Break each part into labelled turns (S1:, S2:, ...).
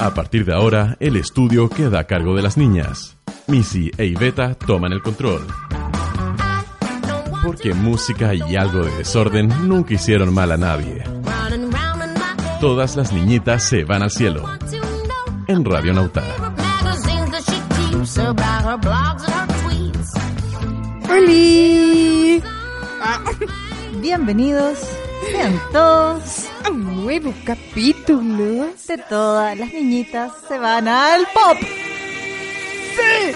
S1: A partir de ahora, el estudio queda a cargo de las niñas. Missy e Iveta toman el control. Porque música y algo de desorden nunca hicieron mal a nadie. Todas las niñitas se van al cielo. En Radio Nauta.
S2: ¡Holi! Ah. Bienvenidos sean todos
S3: a un nuevo capítulo.
S2: de todas las niñitas se van al pop.
S3: ¡Sí!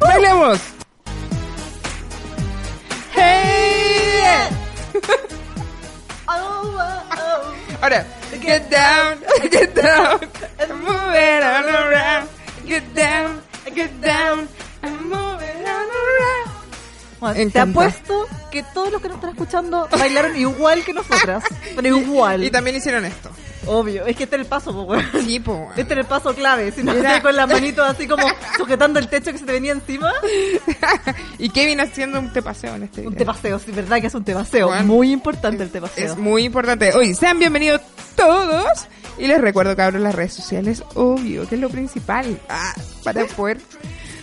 S3: ¡Bailemos! ¡Hey!
S2: Oh,
S3: Ahora, get down, get down, and move it all around. Get down, get down, and move it all around.
S2: Bueno, te
S3: Encanta.
S2: apuesto que todos los que nos están escuchando bailaron igual que nosotras. Pero igual.
S3: Y también hicieron esto.
S2: Obvio, es que este era el paso, po, weón.
S3: Sí, po, weón.
S2: Este era el paso clave. Si no
S3: Era-
S2: estás con las manitos así como sujetando el techo que se te venía encima.
S3: y Kevin haciendo un tepaseo en este
S2: Un
S3: video.
S2: tepaseo, sí, verdad que es un tepaseo.
S3: Juan,
S2: Muy importante el tepaseo.
S3: Es muy importante. Hoy sean bienvenidos todos. Y les recuerdo, cabros, las redes sociales, obvio, que es lo principal. Ah, para poder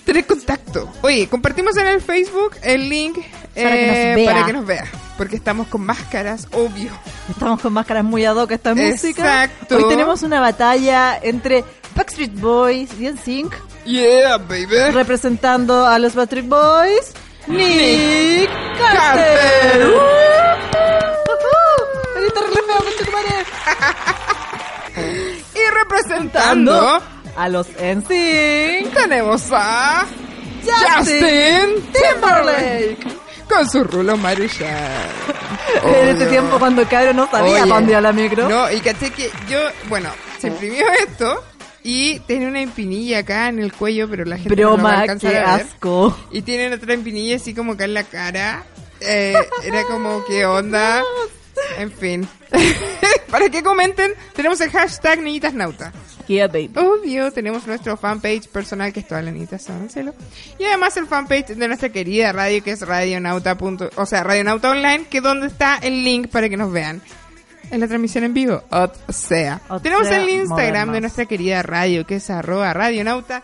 S3: tener contacto. Oye, compartimos en el Facebook el link eh,
S2: Para que nos vea.
S3: para que nos vea. Porque estamos con máscaras, obvio.
S2: Estamos con máscaras muy ad hoc a esta música.
S3: Exacto.
S2: Hoy tenemos una batalla entre Backstreet Boys y NSYNC
S3: Yeah, baby.
S2: representando a los Backstreet Boys. Nick Carter.
S3: Carter.
S2: ¡Uh! ¡Ujú! Ahí está re feo, conchetumare.
S3: Y representando,
S2: a los NSYNC.
S3: tenemos a
S2: Justin
S3: Justin
S2: Timberlake.
S3: Timberlake con su rulo marucha.
S2: En este tiempo cuando Cabro no sabía
S3: Oh, Oye.
S2: para dónde iba la micro. Oh.
S3: No, y caché que yo, bueno, se imprimió esto y tiene una empinilla acá en el cuello, pero la gente no lo va a
S2: Broma,
S3: alcanzar
S2: qué
S3: a ver.
S2: asco.
S3: Y tiene otra empinilla así como acá en la cara. Eh, era como, ¿qué onda? En fin. Para que comenten, tenemos el hashtag Niñitas Nauta.
S2: Yeah, baby.
S3: Obvio, tenemos nuestro fanpage personal que es toda la Niñitas Sábancelo. Y además el fanpage de nuestra querida radio que es Radionauta. punto- O sea, Radionauta Online, que donde está el link para que nos vean. En la transmisión en vivo, o sea.
S2: O
S3: Tenemos
S2: sea,
S3: el Instagram
S2: modernos.
S3: de nuestra querida radio, que es arroba radionauta.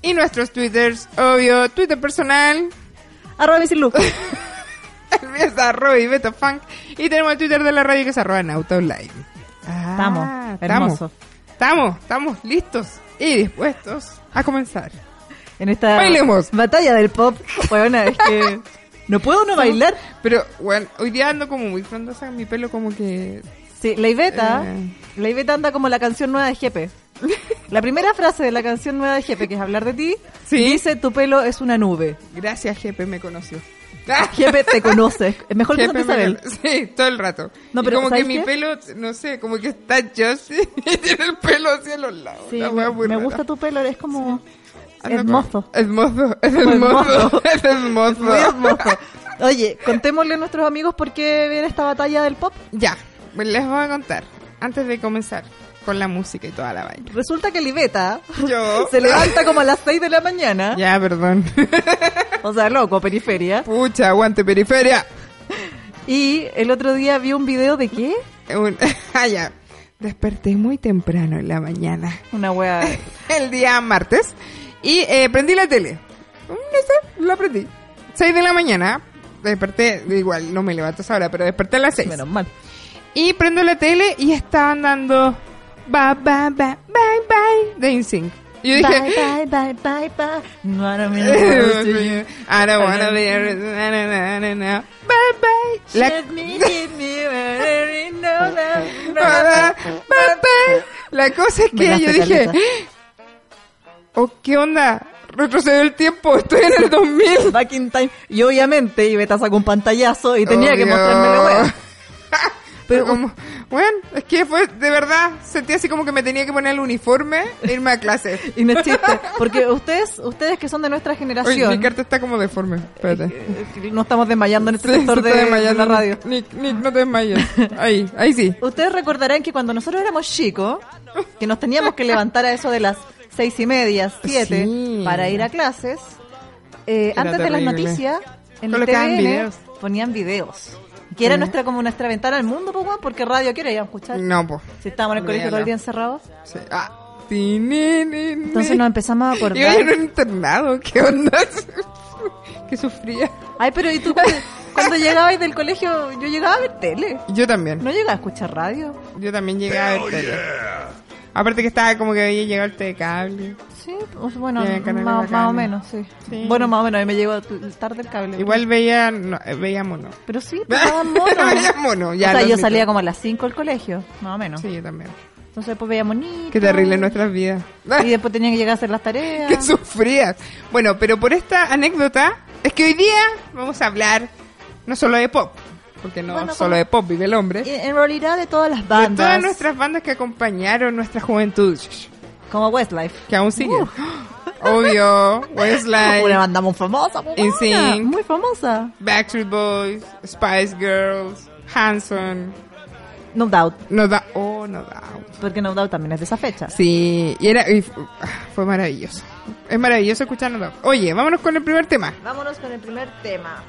S3: Y nuestros twitters, obvio, Twitter personal,
S2: Arroba Missy Lu.
S3: el mío es arroba y betafunk. Y tenemos el Twitter de la radio que es arroba nauta online. Ah,
S2: Estamos, hermoso.
S3: Estamos, estamos listos y dispuestos a comenzar.
S2: En esta
S3: Bailemos.
S2: batalla del pop. Bueno, es que no puedo no bailar.
S3: Pero, bueno, hoy día ando como muy frondosa, mi pelo como que...
S2: Sí, la Iveta,
S3: Eh.
S2: la Iveta anda como la canción nueva de Jepe. La primera frase de la canción nueva de Jepe, que es hablar de ti,
S3: Sí.
S2: dice tu pelo es una nube.
S3: Gracias, Jepe, me conoció.
S2: Jepe te conoce, es mejor que
S3: Jepe
S2: Santa
S3: me
S2: Isabel.
S3: cono- Sí, todo el rato.
S2: No,
S3: Y
S2: pero,
S3: como que
S2: ¿sabes
S3: mi
S2: qué?
S3: pelo, no sé, como que está Justin y tiene el pelo hacia los lados.
S2: Sí,
S3: Una wea
S2: me,
S3: muy
S2: me
S3: rara.
S2: gusta tu pelo, es como
S3: Ando con-
S2: hermoso.
S3: Hermoso, es
S2: Hermoso.
S3: hermoso, es hermoso.
S2: Muy hermoso. Oye, contémosle a nuestros amigos por qué viene esta batalla del pop.
S3: Ya, pues les voy a contar, antes de comenzar con la música y toda la vaina.
S2: Resulta que la Iveta
S3: Yo.
S2: se levanta como a las 6 de la mañana,
S3: Ya, perdón.
S2: o sea, loco, periferia,
S3: Pucha, aguante periferia.
S2: y el otro día vi un video de qué?
S3: Un- Ah, ya. Desperté muy temprano en la mañana,
S2: Una wea...
S3: el día martes, y eh, prendí la tele. Mm, No sé, la prendí. 6 de la mañana, desperté, igual no me levanto a esa hora, pero desperté a las 6.
S2: Menos mal.
S3: Y prendo la tele y estaban dando bye, bye, bye, bye, bye, de Insync. Y yo dije,
S2: Bye, bye, bye, bye, bye. No, I don't mean to hurt you.
S3: I don't wanna be a- na, na, na, na, na. Bye bye. La-
S2: Let me give me whatever you know that-
S3: Bye, bye. La cosa es que
S2: Bailaste
S3: yo dije, oh, ¿qué onda? Retrocedió el tiempo, estoy en el 2000.
S2: Back in time. Y obviamente, Iveta sacó un pantallazo y tenía que
S3: Obvio.
S2: mostrarme la wea.
S3: Pero como, bueno, es que fue de verdad, sentí así como que me tenía que poner el uniforme e irme a clase.
S2: Y no es chiste, porque ustedes, ustedes que son de nuestra
S3: Oye,
S2: generación,
S3: mi carta está como deforme. Espérate.
S2: eh, eh, no estamos desmayando en este
S3: Sí,
S2: sector
S3: se
S2: de,
S3: está
S2: de
S3: desmayando.
S2: la radio.
S3: Nick, Nick, no te desmayes. Ahí, ahí sí.
S2: Ustedes recordarán que cuando nosotros éramos chicos, que nos teníamos que levantar a eso de las seis y media, siete,
S3: Sí.
S2: para ir a clases, eh,
S3: Era
S2: antes de las
S3: terrible.
S2: noticias, en el
S3: Colocaban
S2: TVN
S3: videos.
S2: ponían videos. Que era nuestra como nuestra ventana al mundo, pues, weón, porque radio, ¿qué hora íbamos a escuchar?
S3: No, po.
S2: Si estábamos en el colegio
S3: Mira,
S2: todo el
S3: no.
S2: día encerrados.
S3: Sí. Ah. Ti, ni, ni, ni.
S2: Entonces nos empezamos a
S3: Iba en
S2: acordar.
S3: un internado, ¿qué onda? que sufría.
S2: Ay, pero ¿y tú cuando llegabas del colegio? Yo llegaba a ver tele.
S3: Yo también.
S2: No llegaba a escuchar radio.
S3: Yo también llegué a ver tele. Aparte que estaba como que había llegado el de cable.
S2: Sí, pues, bueno,
S3: Llega el canal
S2: más,
S3: bacán.
S2: más o menos, sí.
S3: Sí.
S2: Bueno, más o menos, ahí me llegó tarde el cable.
S3: Igual veía, no, eh, veía mono.
S2: Pero sí, pasaban monos.
S3: Veía mono, ya,
S2: o sea,
S3: lo
S2: yo
S3: admito.
S2: salía como a las 5 del colegio, más o menos.
S3: Sí, yo también.
S2: Entonces después veía monitos.
S3: Qué terrible nuestras vidas.
S2: Y después tenía que llegar a hacer las
S3: que
S2: tareas.
S3: sufrías. Bueno, pero por esta anécdota, es que hoy día vamos a hablar no solo de pop, porque no
S2: Bueno,
S3: solo
S2: como-
S3: de pop vive el hombre,
S2: Y
S3: de
S2: En realidad de todas las bandas.
S3: todas nuestras bandas que acompañaron nuestra juventud,
S2: Como Westlife.
S3: que aún siguen.
S2: Uh.
S3: Obvio,
S2: Una
S3: Westlife,
S2: banda muy famosa. muy
S3: In
S2: buena,
S3: Sync.
S2: Muy famosa.
S3: Backstreet Boys, Spice Girls, Hanson,
S2: No Doubt.
S3: No Da... Oh, No Doubt.
S2: Porque No Doubt también es de esa fecha.
S3: Sí, y era... y fu- ah, fue maravilloso. Es maravilloso escuchar No Doubt. Oye, vámonos con el primer tema.
S2: Vámonos con el primer tema.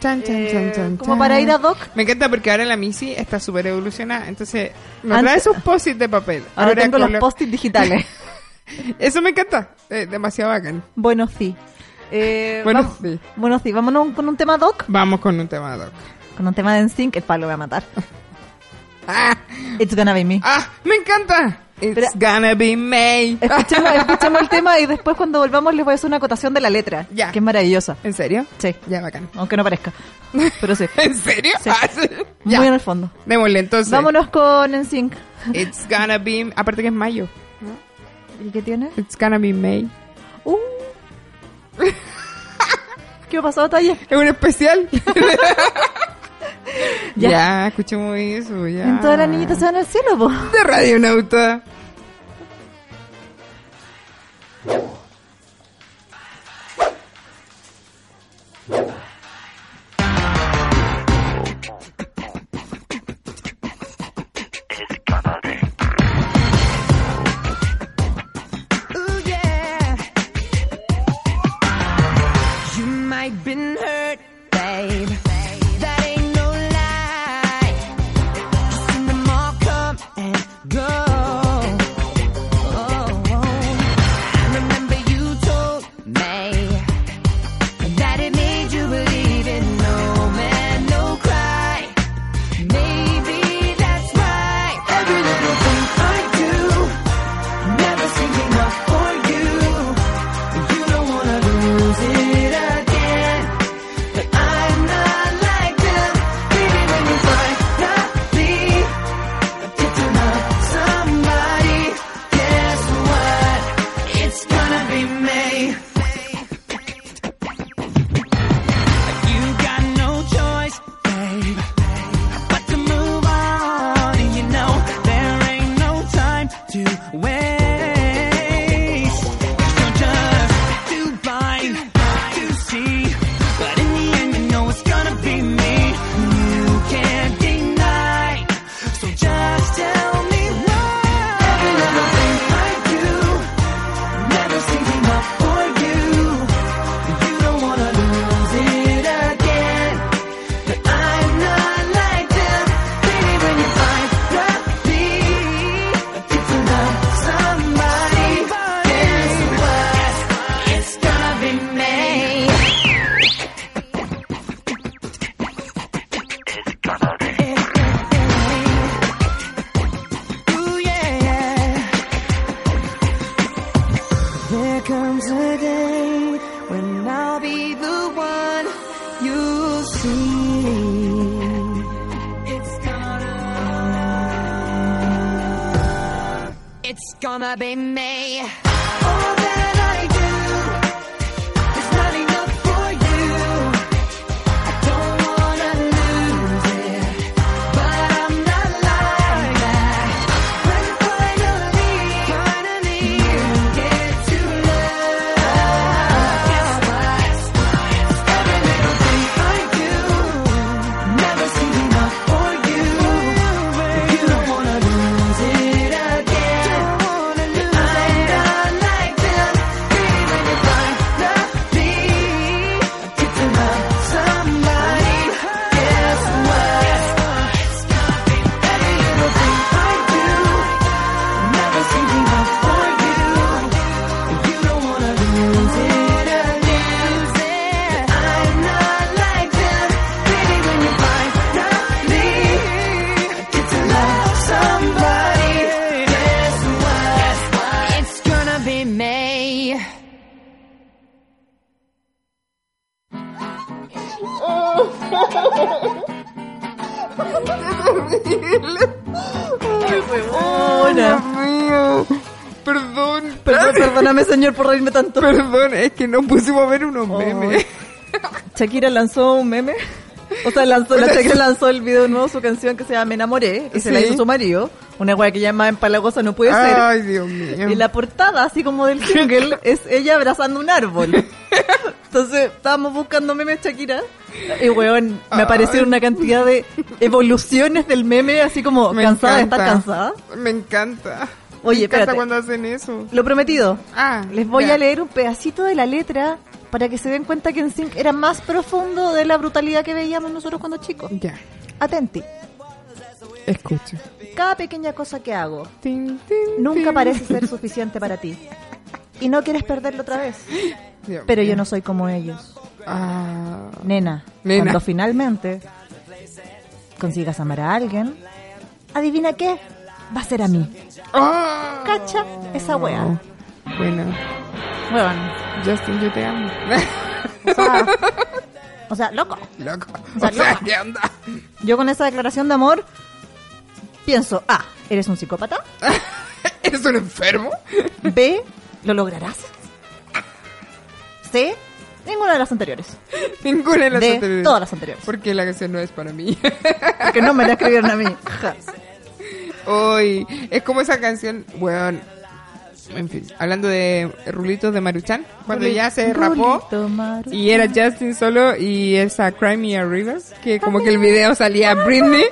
S3: Chan, chan,
S2: Eh,
S3: chan, chan,
S2: como
S3: chan.
S2: para ir a Doc.
S3: Me encanta porque ahora la Missy está súper evolucionada. Entonces, nos
S2: Antes-
S3: trae sus post-it de papel.
S2: Ahora, tengo los
S3: colo-
S2: post-it digitales.
S3: Eso me encanta. Eh, demasiado bacán.
S2: bueno, sí. Eh,
S3: Bueno,
S2: vam-
S3: sí.
S2: Bueno, sí. Vámonos con un tema Doc.
S3: Vamos con un tema, Doc.
S2: Con un tema de NSYNC. El palo voy a matar.
S3: ¡Ah!
S2: It's gonna be me.
S3: ¡Ah! ¡Me encanta! It's
S2: Pero-
S3: gonna be May.
S2: Escuchemos, escuchemos el tema y después cuando volvamos les voy a hacer una acotación de la letra.
S3: Ya.
S2: Que es maravillosa.
S3: ¿En serio?
S2: Sí.
S3: Ya, bacán.
S2: Aunque no parezca. Pero sí.
S3: ¿En serio?
S2: Sí.
S3: Ah, sí. Ya.
S2: Muy en el fondo.
S3: Démosle entonces.
S2: Vámonos con NSYNC.
S3: It's gonna be... Aparte que es mayo.
S2: ¿Y qué tiene?
S3: It's gonna be May.
S2: Uh. ¿Qué pasó, Talle?
S3: Es un especial.
S2: Ya.
S3: ya. escuchemos eso. Ya.
S2: En todas las niñitas se van al cielo, po.
S3: de Radio Nauta.
S4: Ooh, yeah. You might been hurt, babe. That ain't no lie. Just seen them all come and go. Oh, I remember you told me that it made you believe in no man, no cry. Maybe that's why every little thing I do. Never seemed enough for you. You don't wanna lose it again. But I'm not like them. Baby, when you find nothing, you turn up somebody. Guess what? It's gonna be me. You got no choice, babe. But to move on, and you know there ain't no time to waste. You're just too blind to see, but in the end, you know it's gonna be me. You can't deny, so just tell me why. Every little thing I do, never seems enough for you. You don't wanna lose it again. But I'm not like them, baby. When you find nothing, you can love somebody. Guess what? It's gonna be me. Ooh yeah. There comes a day when I'll be the one you see. It's gonna, it's gonna be me. All that I do is not enough for you. I don't wanna lose it, but I'm
S3: Oh.
S2: buena.
S3: Dios mío. Perdón,
S2: Perdón, perdóname, señor, por reírme tanto.
S3: perdón, es que no pusimos a ver unos memes.
S2: Shakira lanzó un meme. O sea, lanzó, la Shakira lanzó el video nuevo, su canción que se llama Me enamoré, que se la
S3: Sí. Ah,
S2: hizo su marido. Una guay que llama Empalagosa no puede ser.
S3: Ay, Dios mío.
S2: Y la portada, así como del single, es ella abrazando un árbol. Entonces, estábamos buscando memes Shakira. Y, weón, me aparecieron una cantidad de evoluciones del meme, así como
S3: Me
S2: cansada de estar
S3: encanta.
S2: cansada.
S3: Me encanta.
S2: Oye,
S3: me encanta
S2: espérate.
S3: cuando hacen eso.
S2: Lo prometido.
S3: Ah,
S2: Les voy
S3: ya.
S2: a leer un pedacito de la letra para que se den cuenta que en Sync era más profundo de la brutalidad que veíamos nosotros cuando chicos.
S3: Ya,
S2: Atenti.
S3: escucho.
S2: Cada pequeña cosa que hago
S3: Tin, tin,
S2: nunca
S3: tin.
S2: parece ser suficiente para ti. Y no quieres perderlo otra vez.
S3: Dios
S2: Pero
S3: mío.
S2: yo no soy como ellos.
S3: Ah,
S2: Nena,
S3: Nena.
S2: cuando finalmente consigas amar a alguien, adivina qué, va a ser a mí.
S3: Ah.
S2: Cacha esa wea.
S3: Bueno,
S2: Weón.
S3: Justin, yo te amo.
S2: O sea, o sea, loco.
S3: Loco.
S2: O sea,
S3: O sea,
S2: loco.
S3: ¿qué onda?
S2: Yo con esa declaración de amor pienso, A, eres un psicópata.
S3: ¿Eres un enfermo?
S2: B, lo lograrás. C, ninguna de las anteriores.
S3: Ninguna de las
S2: De
S3: anteriores.
S2: todas las anteriores.
S3: Porque la canción no es para mí.
S2: Porque no me la escribieron a mí. Ja.
S3: Hoy es como esa canción, weón. En fin, hablando de rulitos de Maruchan, cuando ya se rapó
S2: Rulito, Maru.
S3: y era Justin solo y esa Cry Me a River, que como que el video salía Britney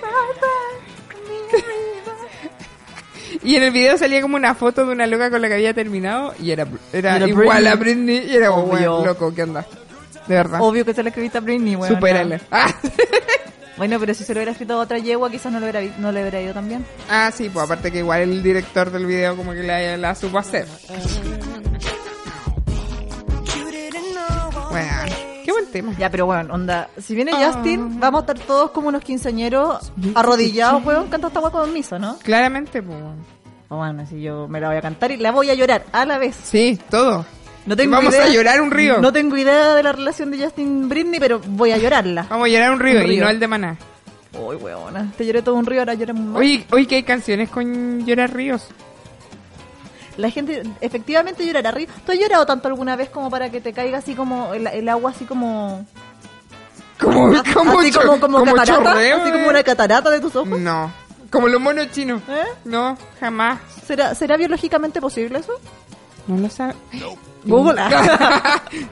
S3: y en el video salía como una foto de una loca con la que había terminado y era, era
S2: Era
S3: igual
S2: Britney.
S3: a Britney y era como,
S2: Obvio.
S3: weón, loco, ¿qué onda? De verdad,
S2: Obvio que se la escribiste a Britney, weón.
S3: supérala. Ah,
S2: Bueno, pero si se lo hubiera escrito a otra yegua, quizás no lo hubiera, no le hubiera ido tan bien.
S3: ah, sí, pues aparte que igual el director del video como que la, la supo hacer. Weón, qué buen tema. Ah.
S2: Ya, pero bueno, onda. Si viene Justin, vamos a estar todos como unos quinceañeros arrodillados, weón. Canta esta guapa con miso, ¿no?
S3: Claramente, pues. weón.
S2: O bueno, si yo me la voy a cantar y la voy a llorar a la vez.
S3: Sí, todo.
S2: No tengo
S3: Vamos
S2: idea-
S3: a llorar un río.
S2: No tengo idea de la relación de Justin Britney, pero voy a llorarla.
S3: Vamos a llorar un río,
S2: Un
S3: y
S2: río.
S3: no el de Maná.
S2: Uy, weona. Te lloré todo un río, ahora lloramos más.
S3: Oye, oye, que hay canciones con llorar ríos.
S2: La gente efectivamente llorará río. ¿Tú has llorado tanto alguna vez como para que te caiga así como el, el agua así como...
S3: Como, como,
S2: Ah, así
S3: cho-
S2: como, como,
S3: como
S2: catarata,
S3: chorreo eh.
S2: así
S3: de-
S2: como una catarata de tus ojos?
S3: No, como los monos chinos.
S2: ¿Eh?
S3: No, jamás.
S2: ¿Será, ¿Será biológicamente posible eso?
S3: No lo sabes. Mm.
S2: Google.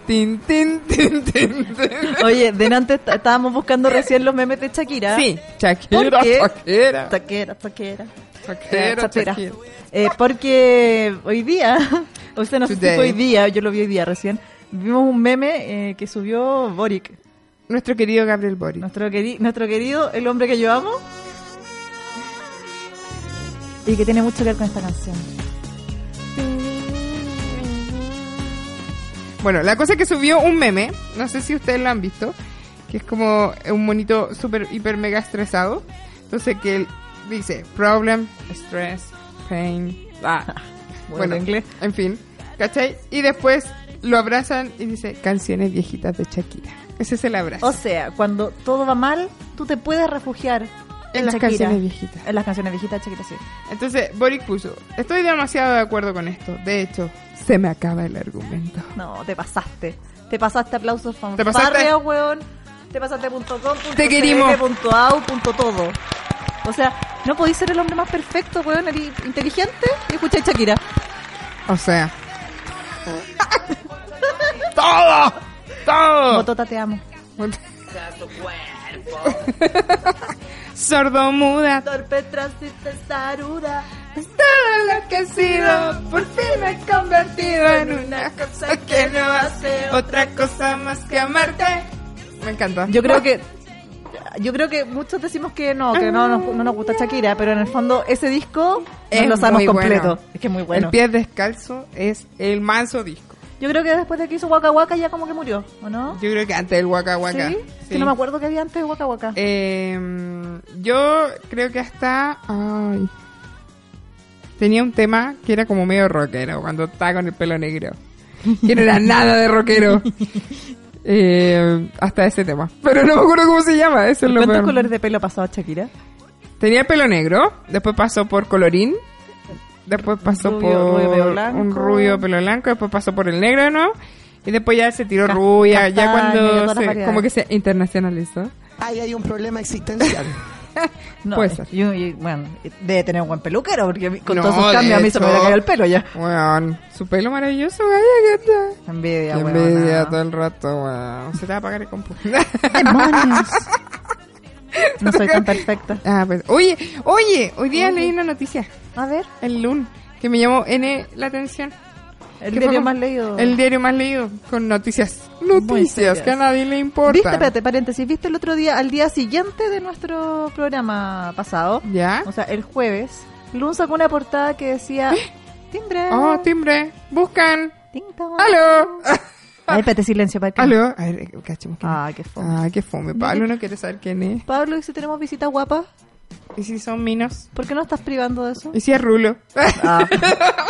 S3: tin, tin, tin, tin, tin.
S2: Oye, delante est- estábamos buscando recién los memes de Shakira.
S3: Sí, Shakira,
S2: ¿Por qué?
S3: Shakira.
S2: Shakira, Shakira. Eh,
S3: Shakira,
S2: Shakira.
S3: Shakira.
S2: Eh, porque hoy día, o sea, no sé si
S3: Today.
S2: fue hoy día, yo lo vi hoy día recién, vimos un meme eh, que subió Boric,
S3: Nuestro querido Gabriel Boric.
S2: nuestro, queri- nuestro querido, el hombre que yo amo, y que tiene mucho que ver con esta canción.
S3: Bueno, la cosa es que subió un meme, no sé si ustedes lo han visto, que es como un monito super hiper mega estresado. Entonces que él dice problem, stress, pain, ah.
S2: Bueno, en inglés.
S3: en fin, ¿cachai? Y después lo abrazan y dice canciones viejitas de Shakira. Ese es el abrazo.
S2: O sea, cuando todo va mal, tú te puedes refugiar en,
S3: En las
S2: Shakira.
S3: canciones viejitas.
S2: En las canciones viejitas de Shakira, sí.
S3: Entonces Boric puso, estoy demasiado de acuerdo con esto. De hecho, se me acaba el argumento.
S2: No, te pasaste. Te pasaste aplausos
S3: Te pasaste.
S2: fanfarria, weón. Te pasaste punto com, punto
S3: Te querimos.
S2: CL, punto au, punto todo. O sea, no podéis ser el hombre más perfecto, weón, el inteligente y escucháis Shakira.
S3: O sea... ¡Todo! ¡Todo!
S2: Motota, Tota, te amo.
S3: Sordo muda,
S2: Torpe transiste saruda.
S3: Todo lo que he sido, por fin me he convertido en una cosa que no hace otra cosa más que amarte. Me encanta.
S2: Yo creo que... Yo creo que muchos decimos que no, que no, nos- no nos gusta Shakira, pero en el fondo ese disco
S3: Es
S2: nos lo sabemos
S3: muy
S2: completo.
S3: bueno.
S2: Es que es muy bueno.
S3: El pie descalzo es el manso disco.
S2: Yo creo que después de que hizo Waka Waka ya como que murió, ¿o no?
S3: Yo creo que antes del Waka
S2: ¿Sí?
S3: Waka.
S2: Que no me acuerdo que había antes de Waka Waka.
S3: Eh, yo creo que hasta. Ay. Tenía un tema que era como medio rockero cuando estaba con el pelo negro. Que no era nada de rockero. Eh, hasta ese tema. Pero no me acuerdo cómo se llama. Eso es lo
S2: ¿Cuántos
S3: peor.
S2: colores de pelo ha pasado Shakira?
S3: Tenía pelo negro, después pasó por colorín, después pasó
S2: Rubio,
S3: por
S2: rubio, blanco.
S3: un rubio pelo blanco, después pasó por el negro de nuevo, y después ya se tiró
S2: Cas-
S3: rubia, ya
S2: castaña, de
S3: cuando
S2: todas las
S3: se,
S2: variedades.
S3: como que se internacionalizó.
S5: Ahí hay un problema existencial.
S2: No,
S3: Puede ser.
S2: yo- yo- bueno, debe tener un buen peluquero, porque a mí- con
S3: No,
S2: todos esos cambios a
S3: de
S2: mí se me
S3: hecho.
S2: hubiera caído el pelo ya.
S3: Weón, su pelo maravilloso, vaya que está.
S2: Envidia,
S3: Qué
S2: huevona.
S3: envidia todo el rato, weón. Se te va a apagar el compu.
S2: ¡Demonios! No soy tan perfecta.
S3: ah, pues. Oye, oye, hoy día leí una noticia,
S2: A ver,
S3: el LUN, que me llamó N la atención.
S2: el
S3: ¿Qué
S2: diario
S3: fue?
S2: más leído.
S3: El diario más leído, con noticias.
S2: Oh. Muy
S3: Noticias
S2: serias.
S3: que a nadie le importa.
S2: ¿Viste, espérate, paréntesis, ¿viste el otro día, al día siguiente de nuestro programa pasado?
S3: ¿Ya?
S2: O sea, el jueves, Lun sacó una portada que decía...
S3: ¿Eh?
S2: Timbre.
S3: Oh, timbre. Buscan.
S2: ting tong.
S3: ¡Aló!
S2: A ver, espérate, silencio, para que-
S3: ¡Aló! A ver, cachemos que-
S2: Ah, qué fome.
S3: Ah, qué fome. Pablo no quiere saber quién es.
S2: Pablo, ¿y si tenemos visitas guapas?
S3: ¿Y si son minos?
S2: ¿Por qué no estás privando de eso?
S3: ¿Y si es Rulo?
S2: Ah,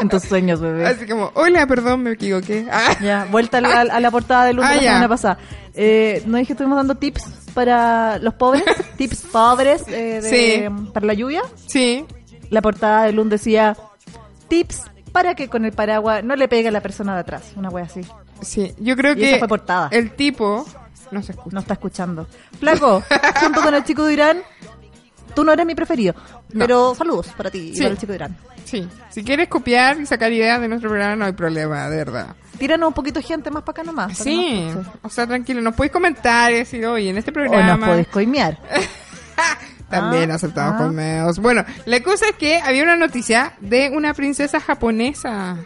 S2: en tus sueños, bebé.
S3: Así como, hola, perdón, me equivoqué. Ah,
S2: Ya, vuelta a la, a la portada de Luna
S3: Ah,
S2: la
S3: ya.
S2: semana pasada. Eh, ¿No dije que estuvimos dando tips para los pobres? tips pobres eh, de- para la lluvia.
S3: sí.
S2: La portada de Lun decía tips para que con el paraguas no le pegue a la persona de atrás. Una wea así.
S3: Sí. Yo creo
S2: Y
S3: que
S2: esa fue portada.
S3: el tipo no se escucha.
S2: No está escuchando. Flaco, junto con el chico de Irán, tú no eres mi preferido.
S3: No.
S2: Pero saludos para ti y
S3: Sí.
S2: para el chico de Irán.
S3: Sí. Si quieres copiar y sacar ideas de nuestro programa, no hay problema, de verdad.
S2: Tíranos un poquito gente más para acá nomás. para que
S3: Sí.
S2: nos escuche.
S3: O sea, tranquilo, nos podéis comentar y decir, oye, en este
S2: O nos
S3: programa...
S2: podés coimear.
S3: También
S2: Ah,
S3: aceptamos
S2: ah.
S3: corneos. Bueno, la cosa es que había una noticia de una princesa japonesa.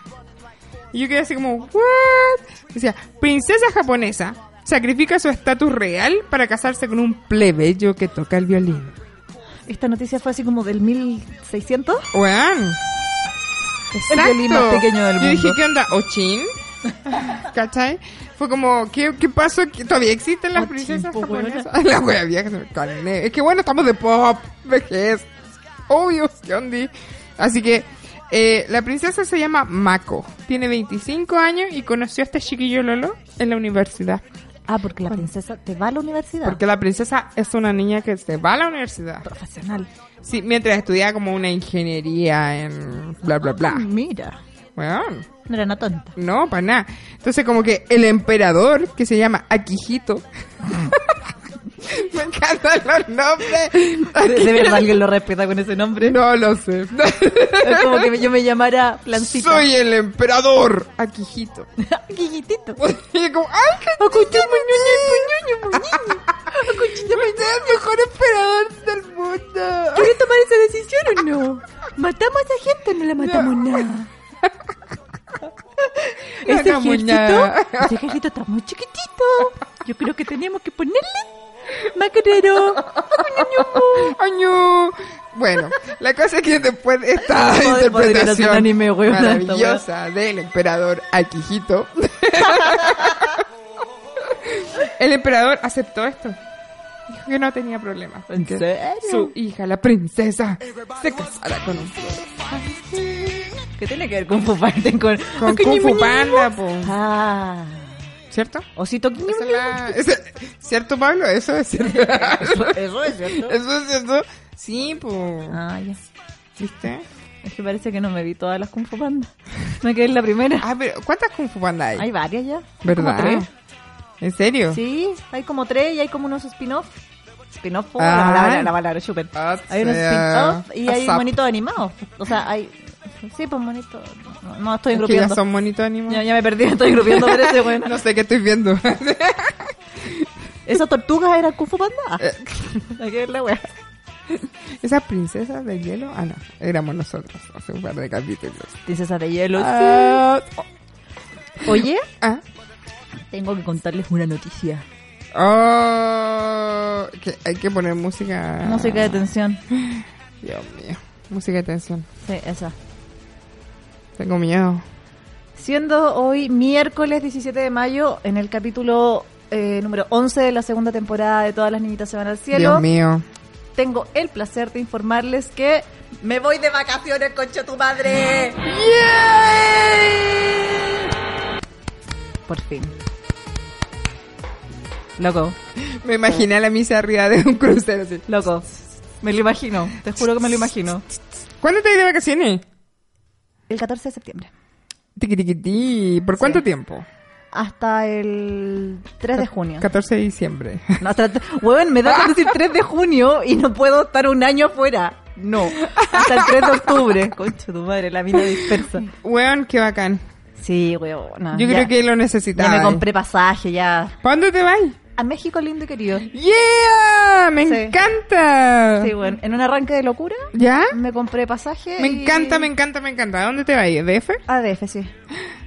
S3: Y yo quedé así como, ¿what? Decía, princesa japonesa sacrifica su estatus real para casarse con un plebeyo que toca el violín.
S2: Esta noticia fue así como del 1600.
S3: Weón.
S2: El
S3: Exacto.
S2: violín más pequeño del
S3: Yo dije,
S2: mundo.
S3: ¿qué onda? ¿Ochín? ¿Cachai? Fue como, ¿qué, qué pasó? ¿Qué- ¿Todavía existen las
S2: Ochín,
S3: princesas
S2: po, pues, weona.
S3: japonesas? La wea vieja se me calé. Es que bueno, estamos de pop, vejez. Obvio, Yondi. Así que, eh, la princesa se llama Mako. Tiene 25 años y conoció a este chiquillo Lolo en la universidad.
S2: Ah, porque la princesa te va a la universidad.
S3: Porque la princesa es una niña que se va a la universidad.
S2: profesional.
S3: Sí, mientras estudiaba como una ingeniería en bla, bla, bla.
S2: Mira,
S3: Weón.
S2: no era una tonta.
S3: No, para nada. Entonces, como que el emperador, que se llama Akihito. Me encantan los
S2: De,
S3: nombres.
S2: de verdad alguien lo respeta con ese nombre.
S3: No lo sé.
S2: Es como que yo me llamara Plancita.
S3: Soy el emperador Akihito.
S2: Guillitito.
S3: Y como, ¡ay, qué el mejor emperador del mundo!
S2: ¿Quieres tomar esa decisión o no? ¿Matamos a gente o no la matamos nada? Ese
S3: hagamos nada.
S2: ejército, ese ejército está muy chiquitito. Yo creo que tenemos que ponerle macarero.
S3: ¡Ay, no! Bueno, la cosa es que después de esta
S2: Podría ser un
S3: interpretación
S2: anime, weón, esta weá.
S3: maravillosa del emperador Akihito, el emperador aceptó esto. Dijo que no tenía problema.
S2: ¿En
S3: Que
S2: serio?
S3: Su hija, la princesa, se casará con un
S2: ¿Qué tiene que ver con Fu Panda? Con,
S3: con
S2: Ay,
S3: Kung Fu
S2: ñimu,
S3: Panda,
S2: ñimu.
S3: po.
S2: Ah,
S3: ¿cierto?
S2: osito.
S3: Esa es la- esa- ¿Cierto, Pablo? Eso es cierto.
S2: Eso es cierto.
S3: Eso es cierto. Sí, pues.
S2: Ah, ya.
S3: ¿Viste?
S2: Es que parece que no me vi todas las Kung Fu Panda. Me quedé en la primera.
S3: Ah, pero ¿cuántas Kung Fu Panda hay?
S2: Hay varias ya.
S3: ¿Verdad?
S2: Como tres.
S3: ¿En serio?
S2: Sí, hay como tres y hay como unos spin-off. Spin-off, oh,
S3: Ah.
S2: la palabra, la palabra, súper.
S3: O
S2: Hay unos
S3: sea,
S2: spin-off y hay
S3: ASAP.
S2: monitos animados. O sea, hay. Sí, pues monitos. No, no, estoy
S3: Es que ya
S2: engrupiendo.
S3: son bonitos animales.
S2: Ya, ya me perdí, estoy engrupiendo por ese, bueno.
S3: No sé qué estoy viendo.
S2: Esas tortugas eran Kung Fu
S3: Eh.
S2: Panda. Hay que ver la wea.
S3: Esas princesas de hielo. Ah, no. Éramos nosotros hace un par de capítulos.
S2: Princesa de hielo.
S3: Ah, oh,
S2: Oye,
S3: ah.
S2: tengo que contarles una noticia.
S3: Oh, que hay que poner música.
S2: Música de tensión.
S3: Dios mío. Música de tensión.
S2: Sí, esa.
S3: Tengo miedo.
S2: Siendo hoy miércoles 17 de mayo, en el capítulo eh, número 11 de la segunda temporada de Todas las Niñitas se van al cielo,
S3: Dios mío.
S2: tengo el placer de informarles que me voy de vacaciones, concha tu madre. Por fin. Loco,
S3: Me imaginé a la misa arriba de un crucero. Así.
S2: loco. Me lo imagino, te juro que me lo imagino.
S3: ¿Cuándo te vas de vacaciones?
S6: El 14 de septiembre.
S3: Tiquitiquití. ¿Por cuánto tiempo?
S6: Hasta el 3 de junio.
S3: 14 de diciembre.
S2: No, hasta, weón, me da con decir 3 de junio y no puedo estar un año afuera. No, hasta el 3 de octubre. Concho, tu madre, la mina dispersa.
S3: Weón, qué bacán.
S6: Sí, weón.
S3: Yo creo que lo necesitaba.
S6: Ya me compré pasaje, ya.
S3: ¿Para dónde te vas?
S6: A México lindo y querido.
S3: ¡Yeah! ¡Me
S6: Sí.
S3: encanta!
S6: Sí, bueno, en un arranque de locura
S3: ¿Ya?
S6: me compré pasaje.
S3: Me
S6: y-
S3: encanta, me encanta, me encanta. ¿A dónde te vas? ¿DF?
S6: ADF, sí.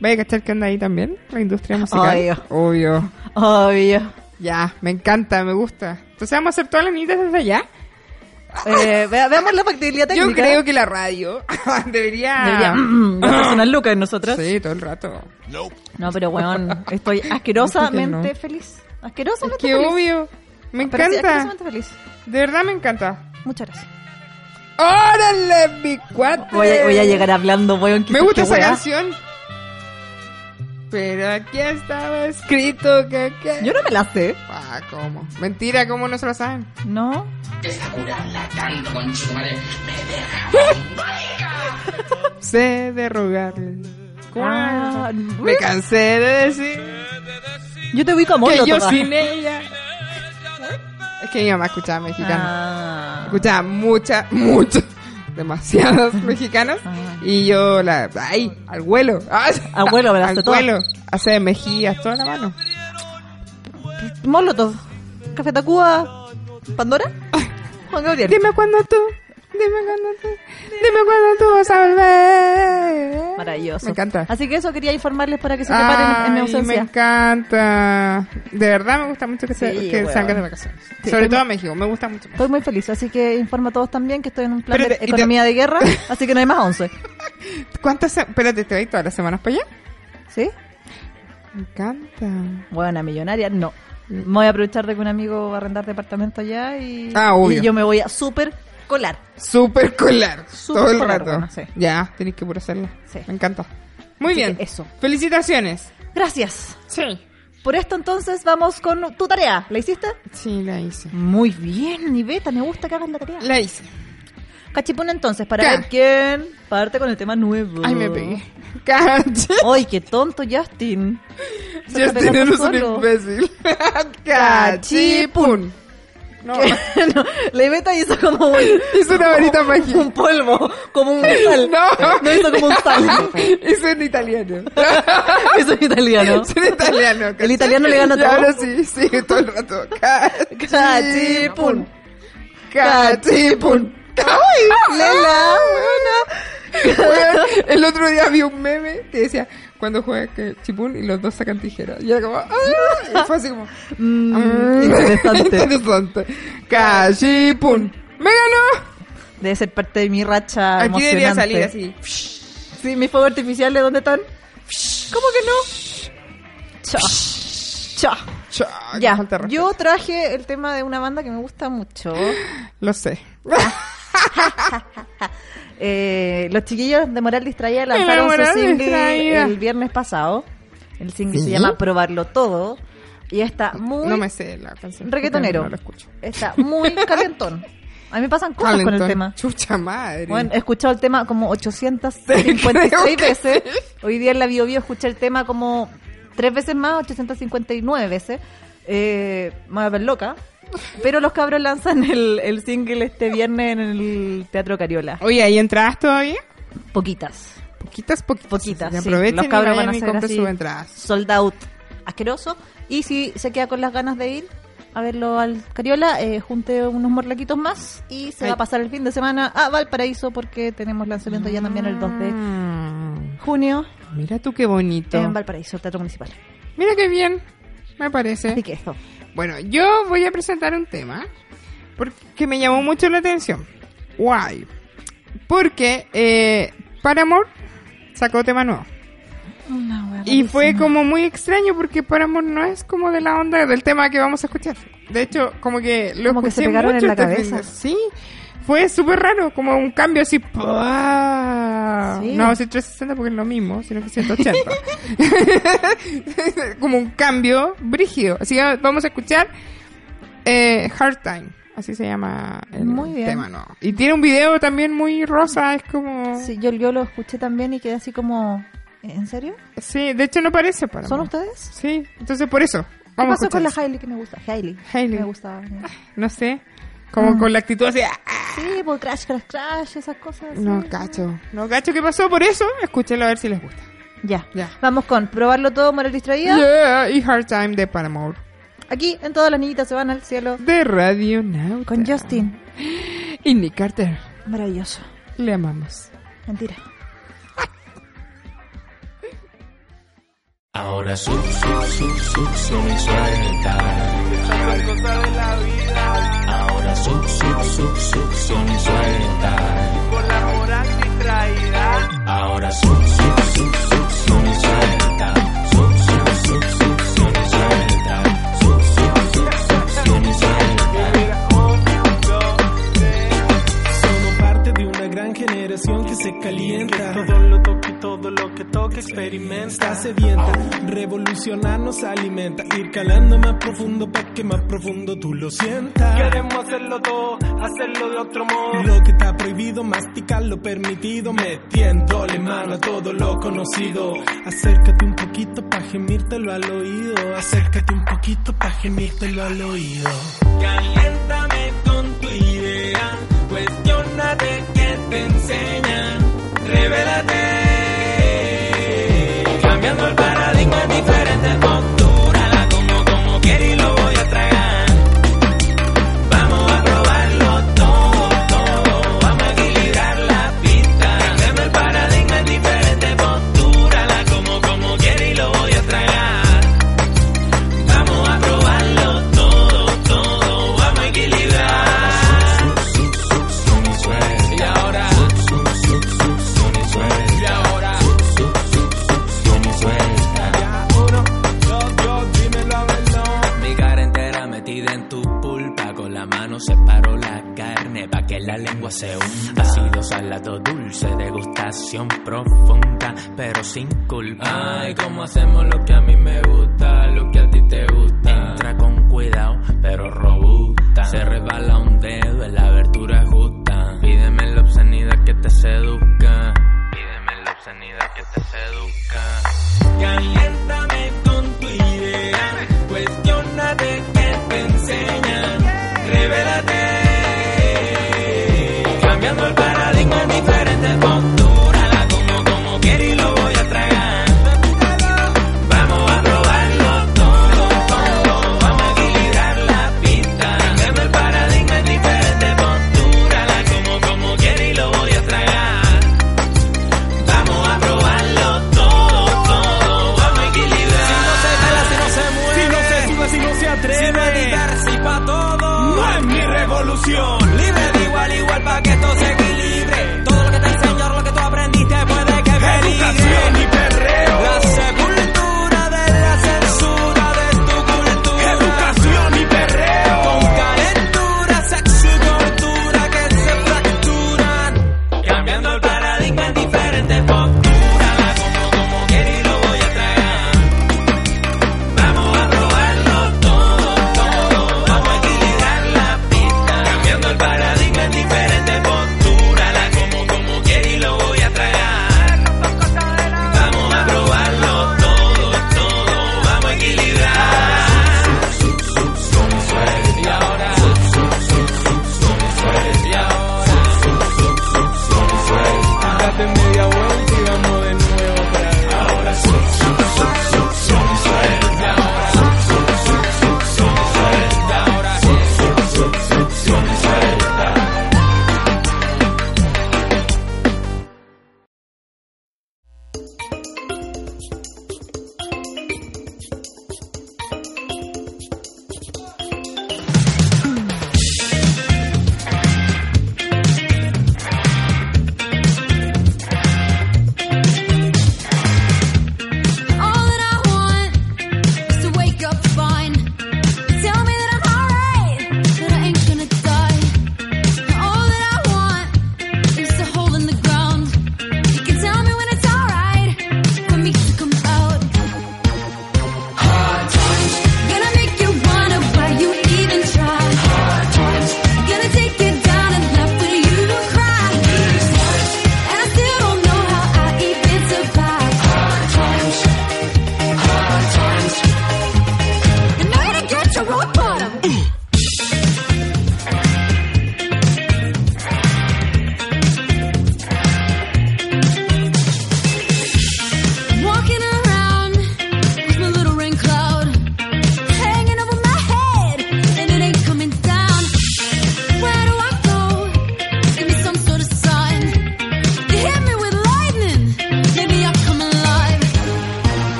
S3: Vaya a cachar que anda ahí también, la industria musical.
S6: Obvio.
S3: Obvio.
S6: Obvio.
S3: Ya, me encanta, me gusta. Entonces vamos a hacer todas las niñitas desde allá.
S2: Eh, vea- veamos la factibilidad técnica.
S3: Yo creo que la radio debería...
S2: Debería, mm, gastarse unas lucas en nosotras.
S3: Sí, todo el rato.
S6: No, pero weón, estoy asquerosamente
S3: No.
S6: feliz. Asquerosamente
S3: Qué
S6: feliz.
S3: obvio. Me
S6: Pero sí,
S3: encanta.
S6: asquerosamente feliz.
S3: De verdad me encanta.
S6: Muchas gracias.
S3: ¡Órale, mi cuate!
S2: Voy a, voy a llegar hablando, weón. que
S3: Me
S2: sé
S3: gusta
S2: qué
S3: esa
S2: weá.
S3: canción. Pero aquí estaba escrito que... que...
S2: Yo no me la sé.
S3: Ah, ¿cómo? Mentira, ¿cómo no se lo saben?
S6: No.
S3: Sé de rogarle.
S2: Ah,
S3: Me cansé de decir
S2: yo te ubico a
S3: que
S2: Molotov.
S3: yo sin ella. Es que mi mamá escuchaba mexicanos.
S2: Ah.
S3: Escuchaba muchas, muchas, demasiados mexicanos.
S2: Ah.
S3: Y yo la. ¡Ay! Al vuelo. Ah,
S2: Abuelo,
S3: al
S2: abrazo todo.
S3: vuelo. Hace mejillas, toda la mano.
S2: Molotov. Café Tacuba. Pandora. Juan Gabriel.
S3: Dime cuándo tú. Dime cuándo tú. Dime cuándo tú vas a volver.
S2: Maravilloso.
S3: Me encanta.
S2: Así que eso quería informarles para que se preparen en mi
S3: Ay, me
S2: ausencia.
S3: encanta. De verdad me gusta mucho que, se-
S2: Sí,
S3: que
S2: weón.
S3: salgas de vacaciones.
S2: Sí,
S3: Sobre
S2: estoy
S3: todo a México, me gusta mucho.
S2: Estoy muy feliz, así que informo a todos también que estoy en un plan
S3: Espérate,
S2: de
S3: y te-
S2: economía de guerra, así que no hay más 11.
S3: ¿Cuántas? se- Espérate, ¿te vas todas las semanas para allá?
S2: ¿Sí?
S3: Me encanta.
S2: Buena millonaria, no. Me voy a aprovechar de que un amigo va a arrendar departamento allá y,
S3: Ah, obvio.
S2: y yo me voy a super colar.
S3: Súper colar.
S2: Súper
S3: todo el
S2: colar,
S3: rato.
S2: bueno, sí.
S3: Ya, tenés que puro hacerlo.
S2: Sí.
S3: Me encanta. Muy
S2: Así
S3: bien.
S2: que eso.
S3: Felicitaciones.
S2: Gracias.
S3: Sí.
S2: Por esto entonces vamos con tu tarea. ¿La hiciste?
S3: Sí, la hice.
S2: Muy bien, Niveta, me gusta que hagas la tarea.
S3: La hice.
S2: Cachipún entonces, para
S3: Ya.
S2: ver quién parte con el tema nuevo.
S3: Ay, me pegué. Cacha.
S2: Ay, qué tonto, Justin. Se
S3: Justin,
S2: está pegando
S3: eres un
S2: solo.
S3: imbécil. Cachipun. No,
S2: no, la Iveta hizo como un,
S3: hice una varita mágica.
S2: un polvo, como un sal.
S3: No.
S2: hizo como un sal.
S3: Hice en italiano.
S2: Eso es italiano.
S3: Soy italiano. ¿cachai?
S2: El italiano le gana
S3: Y
S2: todo.
S3: Ahora sí, sí, todo el rato.
S2: Cachipún.
S3: Cachipun. Ah, Cachipun. ¡Ay!
S2: Lela.
S3: Bueno, el otro día vi un meme que decía cuando juega Cachipún y los dos sacan tijeras. Y era como. ¡Ah! Y fue así como. Ah.
S2: Mm, interesante.
S3: Interesante. Cachipún. ¡Me ganó!
S2: Debe ser parte de mi racha
S3: Aquí debería
S2: Ah, emocionante.
S3: salir así.
S2: Sí, mis fuegos artificiales, ¿dónde están? ¿Cómo que no? Cha. Cha.
S3: Chao, qué
S2: Ya.
S3: falta de respeto.
S2: Yo traje el tema de una banda que me gusta mucho.
S3: Lo sé.
S2: Eh, los chiquillos de Moral Distraída lanzaron su
S3: Moral
S2: single
S3: Distraída.
S2: el viernes pasado. El single se llama Probarlo Todo y está muy
S3: No me sé la canción.
S2: reggaetonero.
S3: No lo escucho.
S2: Está muy calentón. A mí me pasan cosas con
S3: Calentón.
S2: el tema.
S3: Chucha madre.
S2: Bueno, he escuchado el tema como
S3: creo que
S2: 856 veces. Hoy día en la BioBio escuché el tema como tres veces más, 859 veces. Eh, me voy a ver loca. Pero los cabros lanzan el, el single este viernes en el Teatro Cariola.
S3: Oye, ¿ahí entradas todavía?
S2: Poquitas.
S3: Poquitas, poquitas.
S2: Poquitas,
S3: Así que
S2: sí.
S3: Aprovechen
S2: Los
S3: y
S2: cabros
S3: vayan
S2: van a
S3: y
S2: hacer
S3: compren
S2: así.
S3: sus entradas.
S2: Sold out. Asqueroso. Y si se queda con las ganas de ir a verlo al Cariola, eh, junte unos morlaquitos más y se va
S3: Ay.
S2: a pasar el fin de semana a Valparaíso porque tenemos lanzamiento ya también el 2
S3: Mm.
S2: de junio
S3: Mira tú qué bonito.
S2: en Valparaíso, Teatro Municipal.
S3: Mira qué bien, me parece.
S2: Así que eso.
S3: Bueno, yo voy a presentar un tema porque que me llamó mucho la atención. Guay. Porque eh, Paramore sacó tema nuevo. Y fue como muy extraño porque Paramore no es como de la onda del tema que vamos a escuchar. De hecho, como que lo
S6: Como que
S3: escuché
S6: se pegaron
S3: mucho
S6: en la
S3: este fin de-
S6: cabeza.
S3: Sí, fue súper raro, como un cambio así. ¡pua!
S6: Sí.
S3: No, sí 360 porque es lo mismo, sino que 180. como un cambio brígido. Así que vamos a escuchar eh, Hard Time Así se llama el
S6: Muy bien.
S3: tema nuevo. Y tiene un video también muy rosa, es como... Sí,
S6: Sí, yo, yo lo escuché también y quedé así como, ¿en serio?
S3: de hecho no parece para
S6: ¿Son
S3: mí.
S6: ustedes?
S3: Sí, entonces por eso.
S6: ¿Qué
S3: Vamos a
S6: pasó con la
S3: escuchar
S6: Hailey que me gusta? Hailey.
S3: Hailey.
S6: Me gustaba.
S3: eso. No sé, como con la actitud así... ¡ah!
S6: Sí, por crash, crash, crash, esas cosas.
S3: No,
S6: sí.
S3: cacho. No, cacho, ¿qué pasó? Por eso, escúchelo a ver si les gusta.
S6: Ya.
S3: Ya.
S6: Vamos con probarlo todo, moral distraída.
S3: Yeah, y Hard Time de Paramore.
S6: Aquí, en todas las niñitas se van al cielo.
S3: De Radio Now.
S6: Con Justin.
S3: Y Nick Carter.
S6: Maravilloso.
S3: Le amamos.
S6: Mentira.
S7: Ahora sub, sub, sub, succiona y suelta. Ahora sub, sub, sub, succiona y suelta. Por la moral distraída. Ahora sub, sub, sub, succiona y suelta. Sub, sub, sub, succiona y suelta. Sub, sub, sub, succiona y suelta.
S8: Somos parte de una gran generación que se calienta. Todo lo toca y todo lo que toca experimenta. Está sedienta, revolucionar nos alimenta. Ir calando más profundo pa' que más profundo tú lo sientas. Queremos hacerlo todo, hacerlo de otro modo. Lo que está prohibido, masticar lo permitido. Metiéndole mano a todo lo conocido. Acércate un poquito pa' gemírtelo al oído. Acércate un poquito pa' gemírtelo al oído.
S7: Caléntame con tu idea, cuestionate que te enseñan, revélate, cambiando el paradigma es diferente postura, como como quiero y lo voy a tragar. Vamos a probarlo todo, todo, vamos a equilibrar la pista, cambiando el paradigma es diferente postura, como como quiero y lo voy a tragar. Vamos a probarlo todo, todo, vamos a equilibrar. Y ahora, y ahora, mi cara entera metida en tu pulpa, con la mano separo la carne pa' que la lengua se hunda. Ácido, salado, dulce, degustación profunda, pero sin culpa. Ay, cómo hacemos lo que a mí me gusta, lo que a ti te gusta. Entra con cuidado, pero robusta. Se resbala un dedo en la abertura justa. Pídeme la obscenidad que te seduzca. Pídeme la obscenidad que te seduzca. Caléntame con tu idea, pues cuestionate que te enseñan, revélate, cambiando el paradigma en diferentes posturas, como como quiero y lo voy a tragar. Vamos a probarlo todo, todo, vamos a equilibrar la pista, cambiando el paradigma en diferentes posturas, como como quiero y lo voy a tragar. Vamos a probarlo todo, todo, vamos a equilibrar. Si no se pela, si no se mueve, si no se sube, si no se atreve. Sin meditar, si pa' todo, no es mi revolución. Libre de igual, igual pa' que esto se equilibre. Todo lo que te enseñó, lo que tú aprendiste puede que peligre. Educación y perreo. La sepultura de la censura de tu cultura. Educación y perreo. Con calentura, sexo y tortura que se fracturan. Cambiando el paradigma en diferentes posturas, como como quiero y lo voy a tragar. Vamos a probarlo todo, todo, vamos a equilibrar la pista, cambiando el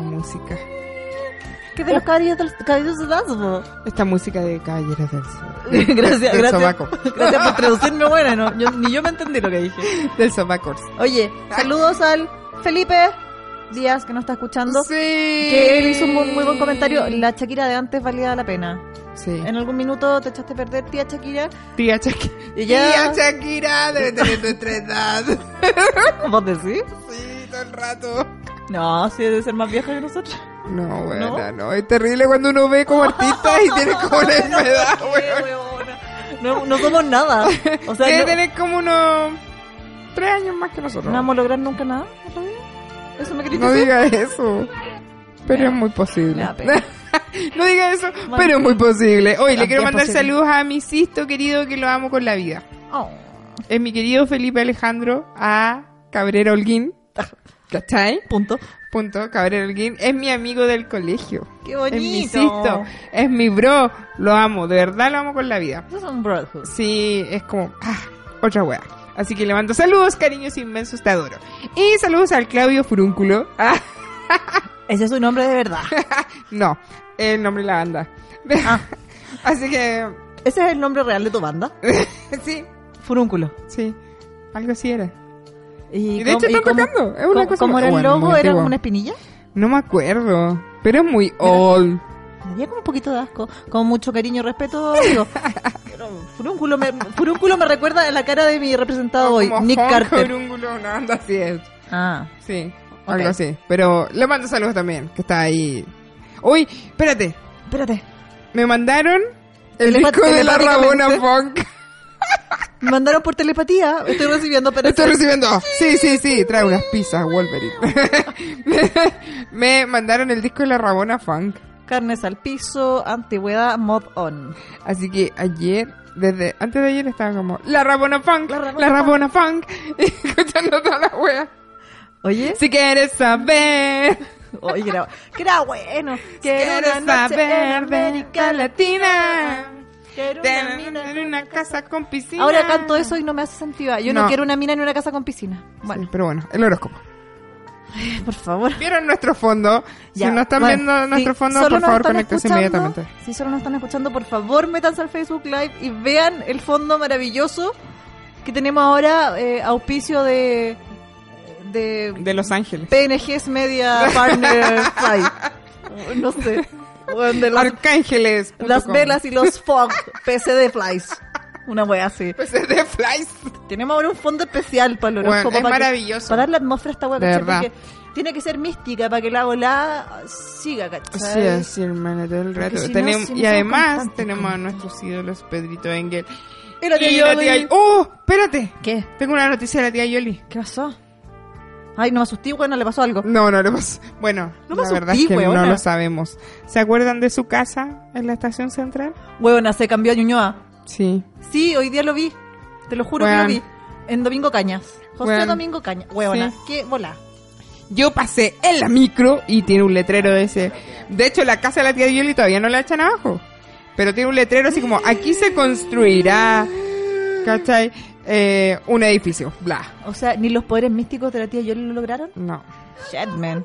S3: música.
S2: ¿Qué de los caballeros del, caballeros del Zodíaco?
S3: Esta música de Caballeros del Zodíaco.
S2: gracias,
S3: Del
S2: gracias.
S3: sobaco.
S2: Gracias por traducirme, bueno, no, yo- ni yo me entendí lo que dije.
S3: Del Sobacors.
S2: Oye, saludos al Felipe Díaz que nos está escuchando.
S3: Sí.
S2: Que él hizo un muy, muy buen comentario. La Shakira de antes valía la pena.
S3: Sí.
S2: En algún minuto te echaste a perder, tía Shakira.
S3: Tía Shakira.
S2: Y ya-
S3: Tía Shakira debe tener nuestra edad.
S2: ¿Cómo decís?
S3: Sí, todo el rato.
S2: No, sí, debe ser más vieja que nosotros.
S3: No, buena, ¿No? Es terrible cuando uno ve como artista y tiene como una enfermedad, weón.
S2: No, no somos nada. O
S3: Debe
S2: sea, no,
S3: tener como unos tres años más que nosotros.
S2: no vamos a lograr nunca nada. en la vida. Eso me quería
S3: No
S2: decir.
S3: diga eso. Pero es muy posible.
S2: La pena.
S3: no diga eso,
S2: Bueno.
S3: pero es muy posible. Hoy le
S2: También
S3: quiero mandar
S2: posible.
S3: saludos a mi sisto querido que lo amo con la vida.
S2: Oh.
S3: Es mi querido Felipe Alejandro A. Cabrera Holguín. ¿Cachai?
S2: Punto.
S3: Punto. Cabrera Holguín. Es mi amigo del colegio.
S2: Qué
S3: Es mi
S2: bonito.
S3: sisto. Es mi bro. Lo amo. De verdad lo amo con la vida.
S2: Eso es un brotherhood.
S3: Sí, es como, ah, otra wea. Así que le mando saludos, cariños inmensos, te adoro. Y saludos al Claudio Furúnculo. Ah,
S2: Ese es su nombre de verdad.
S3: no, el nombre de la banda.
S2: Ah.
S3: Así que,
S2: Ese es el nombre real de tu banda.
S3: Eh. sí,
S2: Furúnculo.
S3: sí, algo así era.
S2: Y,
S3: Y de
S2: cómo-
S3: hecho están
S2: cómo-
S3: tocando, es una
S2: cómo-
S3: cosa
S2: cómo
S3: muy-
S2: era el
S3: bueno,
S2: logo,
S3: muy
S2: era
S3: antiguo.
S2: como una espinilla.
S3: No me acuerdo, pero es muy old.
S2: Me daría como un poquito de asco. Con mucho cariño y respeto, digo. pero Furúnculo me, furúnculo me recuerda a la cara de mi representado hoy,
S3: Como
S2: Nick
S3: Hulk
S2: Carter.
S3: Furúnculo, una banda así es.
S2: Ah,
S3: Sí,
S2: Ok.
S3: algo así. Pero le mando saludos también, que está ahí. Uy, espérate,
S2: espérate.
S3: me mandaron el
S2: Telepa-
S3: disco de la Rabona
S2: telepáticamente.
S3: Funk.
S2: Me mandaron por telepatía. Estoy recibiendo, pero.
S3: Estoy recibiendo. Sí, sí, sí. Trae unas pizzas, Wolverine. me mandaron el disco de la Rabona Funk.
S2: Carnes al piso, antigüedad, mod on.
S3: Así que ayer, desde antes de ayer estaba como, la Rabona Funk, la
S2: La
S3: Rabona,
S2: Rabona
S3: Funk. Y escuchando toda la wea.
S2: Oye,
S3: Si quieres saber,
S2: oye, que era, que era bueno. Que era
S3: quieres
S2: una noche en
S3: saber de
S2: América
S3: América Latina.
S2: Que era una mina
S3: Tener una casa con piscina.
S2: Ahora canto eso y no me hace sentido. Yo no,
S3: No.
S2: quiero una mina en una casa con piscina. Bueno,
S3: Sí, pero bueno, el horóscopo.
S2: por favor.
S3: ¿Vieron nuestro fondo?
S2: Ya,
S3: si no están
S2: bueno,
S3: viendo
S2: si
S3: nuestro fondo,
S2: solo
S3: por
S2: nos
S3: favor,
S2: están
S3: conéctense
S2: escuchando,
S3: inmediatamente.
S2: Si solo nos están escuchando, por favor, métanse al Facebook Live y vean el fondo maravilloso que tenemos ahora, eh, auspicio de, de
S3: De Los Ángeles.
S2: PNG's Media Partner Fly. No sé. Bueno, de las,
S3: Arcángeles.
S2: las velas y los fog PCD Flies. Una wea así.
S3: Pues es de Flies.
S2: Tenemos ahora un fondo especial para el
S3: Bueno,
S2: horóscopo,
S3: es
S2: para que-
S3: maravilloso.
S2: para dar la atmósfera a esta wea,
S3: De
S2: ¿cachai?
S3: verdad.
S2: Porque tiene que ser mística para que la ola siga, ¿cachai?
S3: Sí, así, hermana, todo el rato.
S2: si no,
S3: Tenem-
S2: si no
S3: y
S2: son
S3: además
S2: constantes,
S3: tenemos
S2: como-
S3: a nuestros ídolos Pedrito Engel.
S2: Y la tía
S3: Y la
S2: Yoli.
S3: tía- ¡Oh! Espérate.
S2: ¿Qué?
S3: Tengo una noticia de la tía Yoli.
S2: ¿Qué pasó? Ay, no me asusté, bueno, le pasó algo.
S3: No, no lo pas- Bueno,
S2: No
S3: la
S2: pasó
S3: verdad
S2: ti,
S3: es que
S2: huevona.
S3: no lo sabemos. ¿Se acuerdan de su casa en la estación central?
S2: Huevona, se cambió a Ñuñoa.
S3: Sí.
S2: Sí, hoy día lo vi. Te lo juro
S3: Hueón.
S2: que lo vi. En Domingo Cañas. José
S3: Hueón.
S2: Domingo Cañas. Huevona,
S3: Sí.
S2: qué bola.
S3: Yo pasé en la micro y tiene un letrero de ese. De hecho, la casa de la tía Yoli todavía no la echan abajo. Pero tiene un letrero así como, aquí se construirá, ¿cachai? Eh, un edificio, bla.
S2: O sea, ni los poderes místicos de la tía Yoli lo lograron.
S3: No,
S2: Shit, man.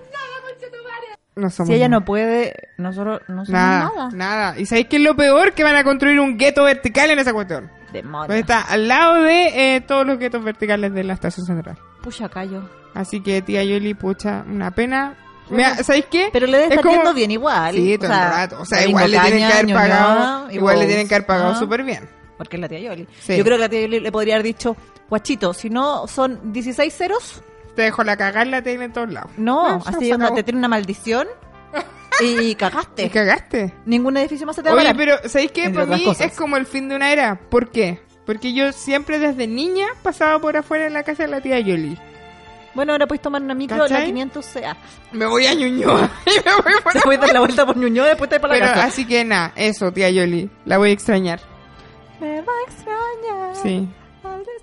S3: no somos
S2: Si ella
S3: nada.
S2: no puede, nosotros no somos
S3: Nada,
S2: nada.
S3: nada. ¿Y sabéis qué es lo peor? Que van a construir un gueto vertical en esa cuestión. Pues
S2: Demonios.
S3: está al lado de eh, todos los guetos verticales de la estación central.
S2: Pucha, callo.
S3: Así que tía Yoli, pucha, una pena. Mira, ¿Sabéis qué?
S2: Pero le debe
S3: Es
S2: estar
S3: como-
S2: viendo bien igual.
S3: Sí, todo el rato. O sea, igual le
S2: Domingo
S3: tienen que haber
S2: Cañas,
S3: pagado,
S2: Ñuñoa y
S3: igual le
S2: Vox.
S3: tienen que haber pagado
S2: Ah.
S3: súper bien.
S2: Porque es la tía Yoli.
S3: Sí.
S2: Yo creo que la tía Yoli le podría haber dicho, guachito, si no son 16 ceros,
S3: Te dejo la cagar, la tiene en todos lados.
S2: no.
S3: Ah, ya
S2: así
S3: se
S2: onda,
S3: acabó.
S2: te tiene una maldición y
S3: Y
S2: cagaste.
S3: cagaste.
S2: Ningún edificio más se te va a
S3: Oye,
S2: parar.
S3: pero ¿sabéis qué?
S2: Entre
S3: Para
S2: otras
S3: mí
S2: cosas.
S3: es como el fin de una era. ¿Por qué? Porque yo siempre desde niña pasaba por afuera de la casa de la tía Yoli.
S2: Bueno, ahora puedes tomar una micro,
S3: ¿Cachai?
S2: la 500 sea.
S3: Me voy a Ñuñoa y me voy por
S2: Te voy a dar la vuelta por Ñuñoa después te vas para
S3: Pero
S2: la casa.
S3: así que nada, eso, tía Yoli. La voy a extrañar.
S2: Me va a extrañar.
S3: Sí.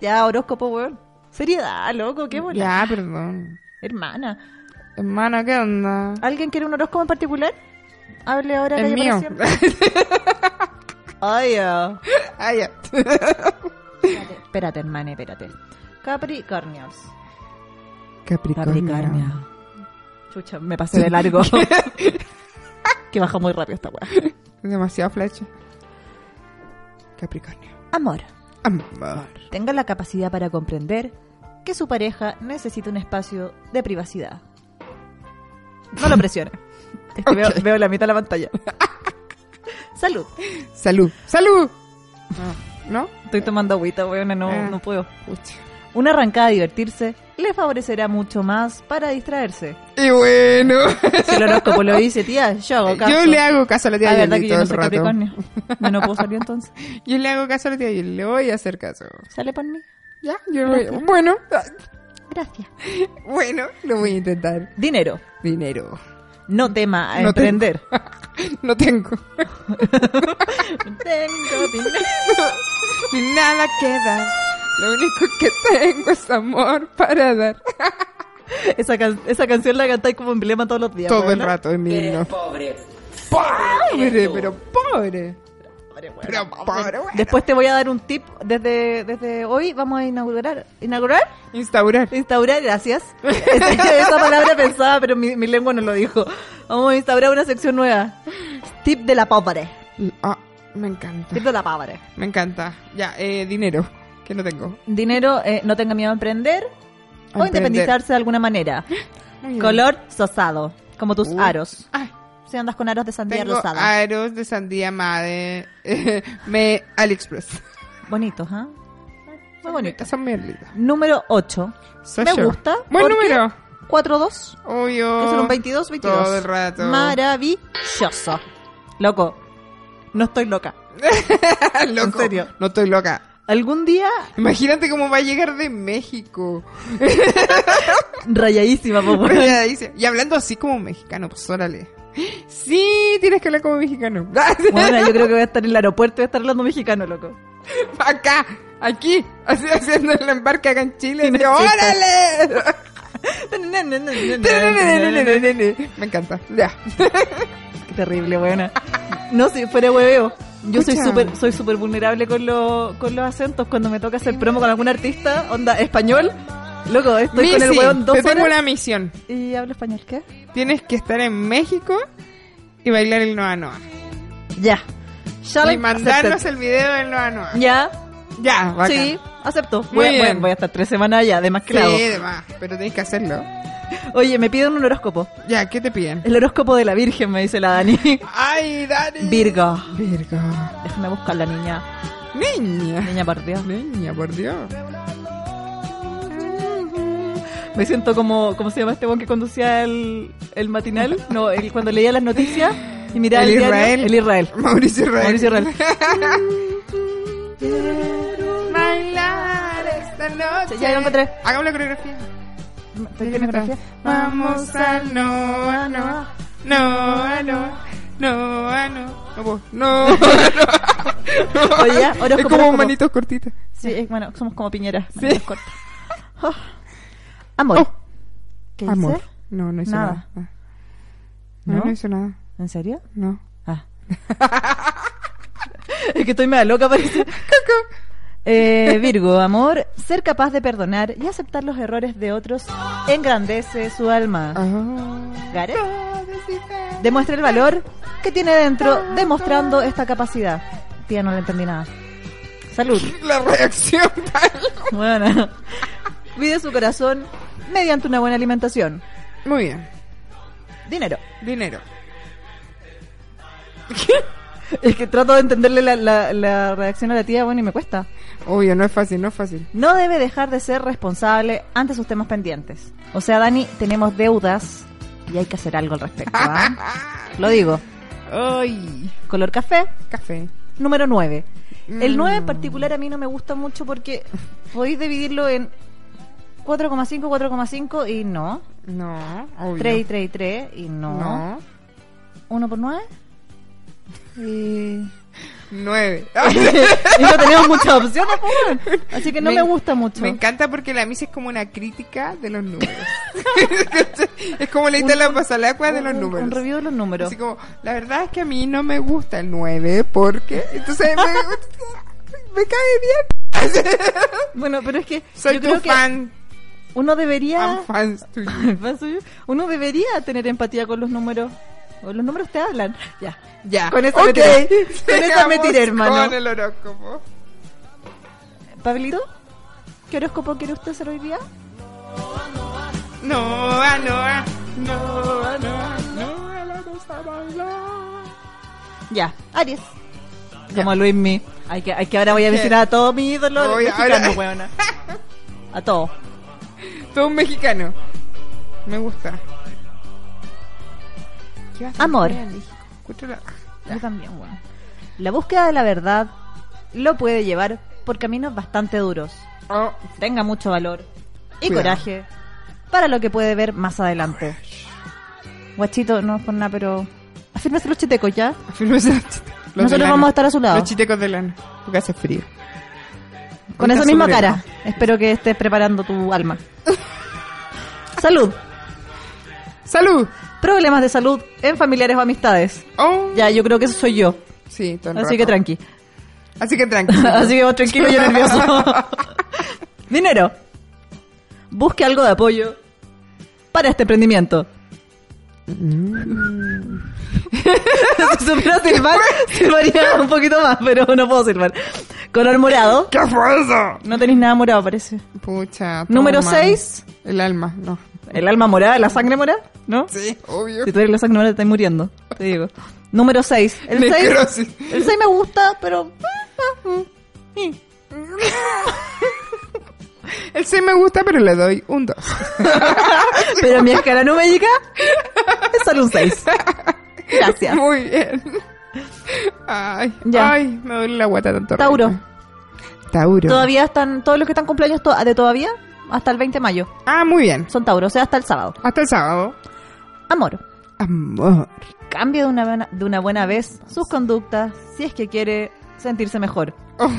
S2: Ya, horóscopo, weón. Seriedad, loco, qué bola.
S3: Ya, perdón.
S2: Hermana.
S3: Hermana, ¿qué onda?
S2: ¿Alguien quiere un horóscopo en particular? Hable ahora.
S3: El
S2: calle
S3: mío.
S2: Aparición. Ay, ah.
S3: Ah, ya.
S2: Espérate, Espérate, hermana, espérate. Capricornios.
S3: Capricornio.
S2: Capricornio. Chucha, me pasé de largo. que baja muy rápido esta weá.
S3: Demasiada flecha. Capricornio.
S6: Amor,
S3: Amor.
S6: tenga la capacidad para comprender que su pareja necesita un espacio de privacidad.
S2: No lo presione. Es que veo, veo la mitad de la pantalla.
S6: Salud.
S3: Salud. ¡Salud! Ah, ¿No?
S2: Estoy tomando agüita, weona, no,
S3: Ah.
S2: no puedo.
S3: Pucha.
S6: Una arrancada a divertirse le favorecerá mucho más para distraerse.
S3: Y bueno.
S2: Si el horóscopo lo dice, tía, yo hago caso.
S3: Yo le hago caso a la tía
S2: Ah, verdad
S3: Yoli
S2: que yo
S3: todo
S2: no
S3: el
S2: soy
S3: rato.
S2: Capricornio. Yo no puedo salir entonces.
S3: Yo le hago caso a la tía Yoli. Le voy a hacer caso.
S6: ¿Sale por mí?
S3: Ya, yo voy- Bueno. ah,
S6: Gracias.
S3: Bueno, lo voy a intentar.
S2: Dinero.
S3: Dinero.
S2: No tema a
S3: No te-
S2: emprender.
S3: No tengo.
S2: Tengo dinero.
S3: Ni nada queda. Lo único que tengo es amor para dar.
S2: Esa, can- esa canción la cantáis como emblema todos los días.
S3: Todo el
S2: weona.
S3: rato, Emilio.
S4: Pobre.
S3: Pobre, pero pobre. Pero pobre, bueno.
S2: Después te voy a dar un tip. Desde, desde hoy vamos a inaugurar. ¿Inaugurar?
S3: Instaurar.
S2: Instaurar, gracias. Esa, esa palabra pensaba, pero mi, mi lengua no lo dijo. Vamos a instaurar una sección nueva. Tip de la pobre.
S3: Ah, me encanta.
S2: Tip de la pobre.
S3: Me encanta. Ya, eh, dinero. Que no tengo.
S2: Dinero, eh, no tenga miedo a emprender o
S3: Emprender.
S2: independizarse de alguna manera.
S3: Muy bien.
S2: Color rosado, como tus
S3: Uh.
S2: aros.
S3: Ay,
S6: Si andas con aros de sandía
S3: tengo
S6: rosada.
S3: aros de sandía madre. me AliExpress.
S6: Bonitos, ¿ah? Muy bonitos.
S3: Son muy lindas.
S6: Número 8.
S3: Sasha.
S6: Me gusta.
S3: Buen
S6: porque
S3: número.
S6: 4-2.
S3: Obvio.
S6: Que son un 22, 22.
S3: Todo el rato.
S6: Maravilloso.
S2: Loco, no estoy loca.
S3: Loco.
S2: En serio.
S3: No estoy loca.
S2: Algún día,
S3: Imagínate cómo va a llegar de México.
S2: rayadísima, po,
S3: Pero
S2: weón.
S3: ella dice- y hablando así como mexicano, pues órale. Sí, tienes que hablar como mexicano.
S2: Bueno, yo creo que voy a estar en el aeropuerto y voy a estar hablando mexicano, loco.
S3: Acá, aquí, así haciendo el embarque acá en Chile.
S2: Sí,
S3: así,
S2: no, sí,
S3: ¡Órale! Me encanta. Ya.
S2: Qué terrible, buena. No, si fuera hueveo. Yo soy
S3: Escucha.
S2: súper soy super vulnerable con, lo- con los acentos cuando me toca hacer promo con algún artista, onda español. Loco, estoy con el
S3: Missy,
S2: hueón dos
S3: te tengo
S2: horas
S3: una misión.
S2: y hablo español. ¿Qué?
S3: Tienes que estar en México y bailar el Noa Noa.
S2: Ya. Ya
S3: Y
S2: lo
S3: mandarnos
S2: acepté.
S3: el video del Noa Noa.
S2: Ya,
S3: Ya, bacán.
S2: sí, acepto.
S3: Muy
S2: Voy, a- voy a-
S3: bien.
S2: voy a estar tres semanas allá, además que
S3: Sí,
S2: la hago.
S3: demás, pero tenés que hacerlo.
S2: Oye, me piden un horóscopo.
S3: Ya, ¿qué te piden?
S2: El horóscopo de la Virgen, me dice la Dani.
S3: Ay, Dani.
S2: Virgo.
S3: Virgo.
S2: Déjame buscar la niña.
S3: Niña.
S2: Niña, por Dios.
S3: Niña, por Dios.
S2: Me siento como, ¿cómo se llama este buen que conducía el, el matinal? No, el, cuando leía las noticias y miraba
S3: El
S2: el, diario.
S3: Israel.
S2: El Israel.
S3: Mauricio Israel.
S2: Mauricio Israel.
S3: Bailar esta noche.
S2: Ya lo encontré.
S3: Hagamos la coreografía.
S2: ¿Por qué me conocía?
S3: Vamos a Noa Noa. Noa Noa. Noa Noa. No puedo. No.
S2: Oye, ya,
S3: es
S2: horóscopo,
S3: como un
S2: horóscopo.
S3: manitos cortitas.
S2: Sí, eh, bueno, somos como piñeras.
S3: Sí. Ah.
S6: Amor.
S3: Oh.
S6: ¿Qué hice?
S3: Amor. No, no hizo nada.
S6: Nada.
S3: No, no,
S6: ¿No?
S3: hizo nada.
S6: ¿En serio?
S3: No.
S6: Ah.
S2: Es que estoy media loca, parece.
S6: Eh, Virgo, amor, ser capaz de perdonar y aceptar los errores de otros engrandece su alma.
S3: Ah.
S6: Gareth, demuestra el valor que tiene dentro demostrando esta capacidad. Tía, no le entendí nada. Salud.
S3: La reacción.
S6: Bueno. Cuide su corazón mediante una buena alimentación.
S3: Muy bien.
S6: Dinero.
S3: Dinero.
S6: Es que trato de entenderle la, la- la reacción a la tía, bueno, y me cuesta.
S3: Obvio, no es fácil, no es fácil.
S6: No debe dejar de ser responsable ante sus temas pendientes. O sea, Dani, tenemos deudas y hay que hacer algo al respecto. ¿ah? Lo digo.
S3: Ay.
S6: Color café,
S3: Café.
S6: número 9. El
S3: Mm.
S6: 9 en particular a mí no me gusta mucho porque podéis dividirlo en 4,5, 4,5 y no.
S3: No, obvio.
S6: 3 y 3 y 3 y no.
S3: No.
S6: 1 por 9. Y...
S3: Nueve.
S6: y no tenemos muchas opciones, pues, weón. Así que no
S3: Me-
S6: me, gusta mucho.
S3: Me encanta porque la misa es como una crítica de los números. es como la de la pasalacua de los
S6: Un- un-
S3: números.
S6: Un review de los números.
S3: Así como, la verdad es que a mí no me gusta el 9 porque... Entonces me, me cae bien.
S6: Bueno, pero es que
S3: Soy
S6: yo
S3: tu
S6: creo que
S3: fan.
S2: uno debería
S3: I'm fans to you.
S2: uno debería tener empatía con los números. O los números te hablan. Ya.
S3: Ya.
S2: Con esa me
S3: Ok.
S2: tiré. Con esa me
S3: Sigamos
S2: tiré, hermano.
S3: Con el horóscopo.
S2: Pablito, ¿qué horóscopo quiere usted hacer hoy día?
S3: Noa, Noa, Noa, Noa, Noa, la rosa baila.
S2: Ya, Aries. Como Luis Mi. Hay que, hay que ahora voy a mencionar a todos mis ídolos
S3: Voy a-
S2: mexicanos,
S3: ahora-
S2: weona. A todos.
S3: Todo un mexicano. Me gusta. ¿Qué vas a hacer
S6: Amor.
S3: en México? Escúchala.
S6: Yo también, weón.
S2: La búsqueda de la verdad lo puede llevar por caminos bastante duros.
S3: Oh,
S2: Tenga mucho valor y
S3: Cuidado.
S2: coraje para lo que puede ver más adelante. Guachito, no es por nada, pero... Afírmese los chitecos, ¿ya?
S3: afirmo esa- los de
S2: Nosotros
S3: lana.
S2: vamos a estar a su lado.
S3: Los chitecos de lana. Porque hace frío.
S2: Con esa
S3: Está
S2: misma
S3: sobre-
S2: cara. Espero que estés preparando tu alma. salud.
S3: ¡Salud!
S2: Problemas de salud en familiares o amistades.
S3: Oh.
S2: Ya, yo creo que eso soy yo.
S3: Sí, todo el
S2: Así que
S3: rato.
S2: tranqui.
S3: Así que tranquilo.
S2: Así que vos tranquilo y yo nervioso. Dinero. Busque algo de apoyo para este emprendimiento. si supiera silbar, silbaría un poquito más, pero no puedo silbar. Color morado.
S3: ¿Qué fue eso?
S2: No tenéis nada morado, parece.
S3: Pucha. todo
S2: Número
S3: mal.
S2: 6.
S3: El alma, no.
S2: El alma morada, la sangre morada, ¿no?
S3: Sí, obvio.
S2: Si tú eres la sangre morada, estás muriendo, te digo. Número 6. El 6
S3: Necrosis.
S2: el seis me gusta, pero...
S3: El 6 me gusta, pero le doy un 2.
S2: Pero mi escala numérica es solo un 6. Gracias.
S3: Muy bien. Ay,
S2: Ya.
S3: ay, me duele la guata tanto.
S2: Tauro.
S3: reírme. Tauro.
S2: Todavía están, todos los que están cumpleaños to- de todavía, hasta el 20 de mayo.
S3: Ah, muy bien.
S2: Son Tauro, o sea, hasta el sábado.
S3: Hasta el sábado.
S2: Amor.
S3: Amor.
S2: Cambie de una, buena- de una buena vez sus conductas si es que quiere sentirse mejor.
S3: Oh,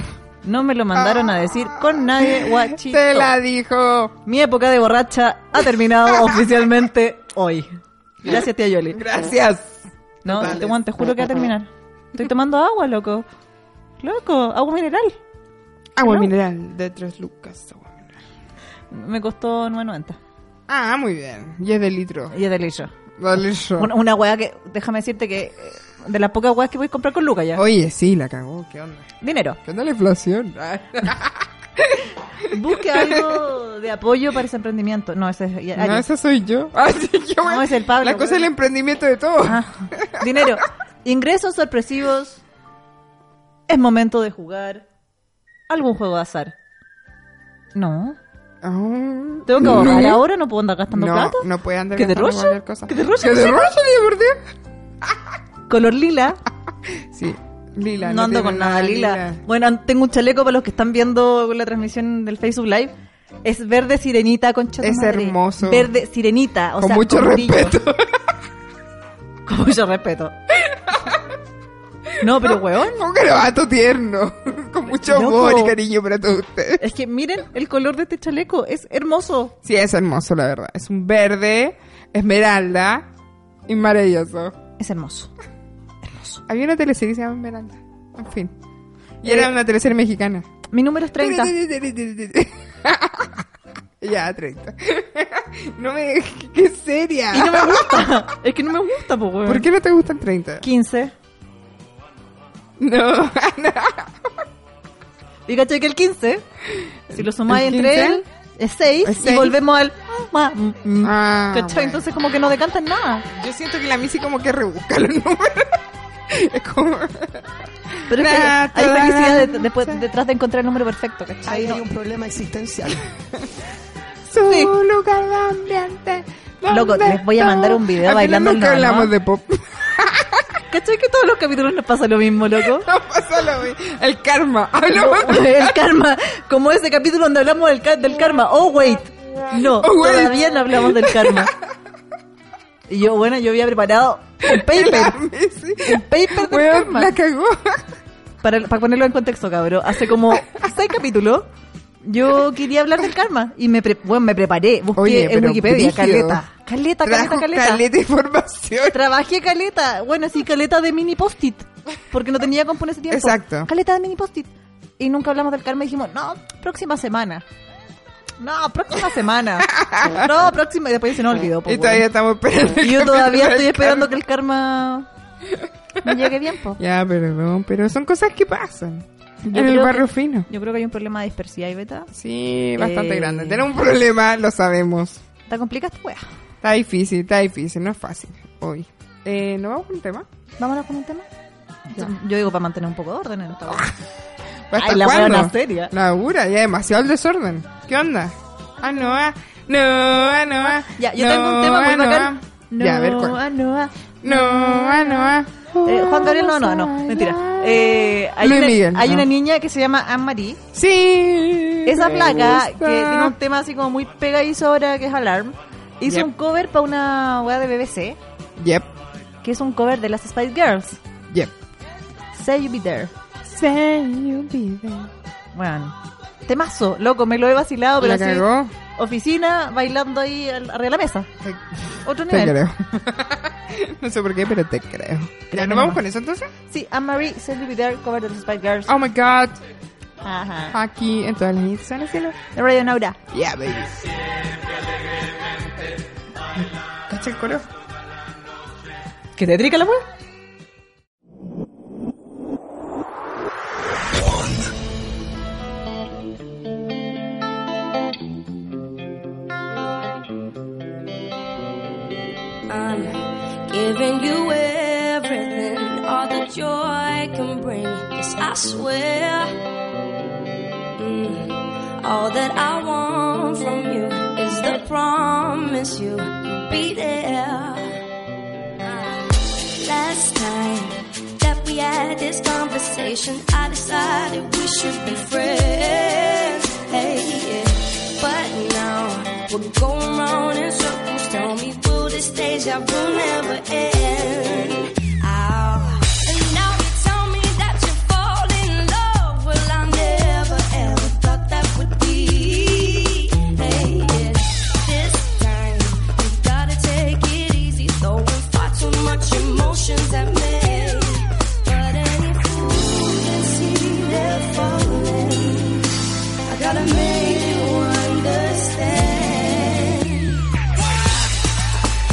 S2: No me lo mandaron a decir con nadie, guachito.
S3: te la dijo.
S2: Mi época de borracha ha terminado oficialmente hoy. Gracias, tía Yoli.
S3: Gracias.
S2: No,
S3: Totales.
S2: te, Juan, te juro que va a terminar. Estoy tomando agua, loco. Loco, agua mineral.
S3: Agua
S2: No.
S3: mineral de tres lucas. agua mineral.
S2: Me costó 9.90.
S3: Ah, muy bien. 10 de litro.
S2: Y es delicioso.
S3: Dale yo.
S2: Una, una weá que, déjame decirte que eh, de las pocas weas que voy a comprar con Luca ya.
S3: Oye, sí, la cagó. ¿Qué onda?
S2: Dinero.
S3: ¿Qué onda la inflación?
S2: Busque algo de apoyo para ese emprendimiento. No, ese es. ya-
S3: No,
S2: Aries.
S3: esa soy yo. Ah, sí, qué
S2: No,
S3: bueno.
S2: es el Pablo,
S3: La cosa es
S2: bueno.
S3: el emprendimiento de todo.
S2: Ah, dinero. Ingresos sorpresivos. Es momento de jugar algún juego de azar. No.
S3: Ah.
S2: ¿Tengo que
S3: No.
S2: ahorrar ahora? ¿No puedo andar gastando
S3: no,
S2: plata?
S3: No puede andar
S2: ¿Que te
S3: gastando
S2: rocha?
S3: cualquier cosa.
S2: ¿Que te rocha?
S3: ¿Que te rocha, Lidia, por Dios?
S2: Color lila.
S3: Sí, Lila.
S2: no ando
S3: tiene
S2: con nada lila. Bueno, tengo un chaleco para los que están viendo la transmisión del Facebook Live. Es verde sirenita con
S3: Es hermoso.
S2: Verde sirenita. O
S3: con
S2: sea,
S3: mucho
S2: brillo.
S3: respeto.
S2: Con mucho respeto. No, pero weón.
S3: Un garabato tierno. Con mucho
S2: Loco.
S3: amor y cariño para todos ustedes.
S2: Es que miren el color de este chaleco. Es hermoso.
S3: Sí, es hermoso, la verdad. Es un verde, esmeralda y maravilloso.
S2: Es hermoso.
S3: Había una teleserie que se llama Esmeralda. En fin. Y
S2: Eh,
S3: era una teleserie mexicana.
S2: Mi número es 30.
S3: ya, 30. no me. ¡Qué seria!
S2: Y no me gusta. Es que no me gusta, po, weón.
S3: ¿Por qué no te gustan 30?
S2: 15.
S3: No, no.
S2: Y caché que el 15, si lo sumáis
S3: ¿El
S2: entre
S3: 15?
S2: él, es 6.
S3: Es
S2: Y
S3: seis.
S2: volvemos al. ma, mm, mm.
S3: Ah,
S2: ¿Cachai?
S3: bueno.
S2: Entonces, como que no decantan nada.
S3: Yo siento que la Missy como que rebusca los números. Es como...
S2: Pero es que
S3: Na,
S2: hay
S3: ta,
S2: felicidad
S3: na,
S2: de- después- detrás de encontrar el número perfecto, ¿cachai?
S5: Ahí
S2: No.
S5: hay un problema existencial.
S3: Su lugar de ambiente. ¿dónde
S2: Loco, les voy a
S3: está?
S2: mandar un video
S3: Al final
S2: bailando el
S3: nunca
S2: Navajo.
S3: hablamos de pop.
S2: ¿Cachai? Que todos los capítulos nos pasa lo mismo, loco.
S3: No pasa lo mismo. El karma. Hablamos de-
S2: el karma, como ese capítulo donde hablamos del, ca- del karma. Oh, wait. No,
S3: Oh, wait.
S2: todavía no hablamos del karma. Y yo, bueno, yo había preparado un
S3: la
S2: paper,
S3: Missy.
S2: un paper del
S3: Weón,
S2: karma.
S3: la cagó.
S2: Para, para ponerlo en contexto, cabrón. Hace como seis capítulos yo quería hablar del karma y me, pre- bueno, me preparé. Busqué
S3: Oye,
S2: en
S3: pero
S2: Wikipedia,
S3: brígido.
S2: caleta. Caleta, caleta,
S3: Trajo
S2: caleta.
S3: caleta de información.
S2: Trabajé caleta. Bueno, sí, caleta de mini post-it. Porque no tenía componer ese tiempo.
S3: Exacto.
S2: Caleta de mini post-it. Y nunca hablamos del karma y dijimos, no, próxima semana. No, próxima semana. No, próxima. Y después se nos olvidó. po,
S3: Y todavía
S2: weón.
S3: estamos esperando.
S2: Y yo
S3: que
S2: todavía
S3: me
S2: estoy esperando
S3: descargue.
S2: que el karma me llegue bien, pues. po.
S3: Ya, perdón, pero son cosas que pasan.
S6: Yo
S3: en el
S6: creo
S3: barrio
S6: que-
S3: fino.
S6: Yo creo que hay un problema de dispersidad y beta.
S3: Sí, bastante
S6: Eh.
S3: grande. Tener un problema, lo sabemos.
S6: Está complicada esta wea.
S3: Está difícil, está difícil, no es fácil hoy. Eh, ¿No vamos con un tema?
S6: Vámonos con un tema.
S3: Ya.
S6: Yo digo para mantener un poco de orden en esta wea.
S3: ¿Hasta
S2: Ay, la
S3: cuándo?
S2: buena seria.
S3: La dura, ya demasiado el desorden. ¿Qué onda? Ah, no, ah, no, ah, no, ah.
S2: Ya, yo
S3: no,
S2: tengo un tema
S3: ah,
S2: muy
S3: no,
S2: bacán.
S3: ah. Ya, a ver cuál.
S2: Noa, Noa.
S3: No, ah, no, ah.
S2: Eh, Juan Gabriel, no, no, no, mentira. Eh, hay
S3: Luis
S2: una,
S3: Miguel,
S2: hay
S3: no.
S2: una niña que se llama Anne-Marie.
S3: Sí.
S2: Esa
S3: me
S2: placa
S3: gusta.
S2: que tiene un tema así como muy pegadizo ahora que es Alarm, hizo
S3: Yep.
S2: un cover para una weá de BBC,
S3: Yep,
S6: Que es un cover de las Spice Girls.
S3: yep.
S6: Say You Be There.
S3: Say you be there.
S6: Bueno.
S2: temazo, loco, me lo he vacilado, pero
S3: La
S2: así,
S3: cagó.
S2: oficina, bailando ahí al- arriba de la mesa.
S3: Te,
S2: Otro
S3: te
S2: nivel.
S3: creo. no sé por qué, pero te creo. ¿Ya
S6: que
S3: nos
S6: no.
S3: vamos con eso entonces?
S2: Sí, Anne-Marie, Say You Be There, cover de las Spice Girls.
S3: Oh my god.
S2: Ajá.
S3: Aquí en todas las instancias. cielo.
S2: De Radio Naura.
S3: Yeah, baby. ¿Cacha el coro?
S2: ¿Que te trica la weá?
S9: I'm giving you everything, all the joy I can bring. Yes, I swear. Mm. All that I want from you is the promise you will be there. Last time that we had this conversation, I decided we should be friends. Hey, yeah. But now we're going round in circles. Tell me, will this deja vu never end? Ow. And now you tell me that you fall in love. Well, I never ever thought that would be. Hey, yeah. This time you gotta take it easy, throwing far too much emotions at me. But any fool can see they're falling. I gotta make you understand.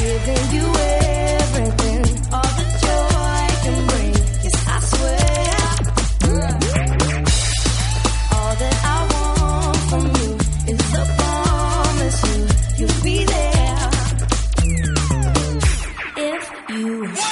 S9: Giving you everything, all the joy Oh, Oh,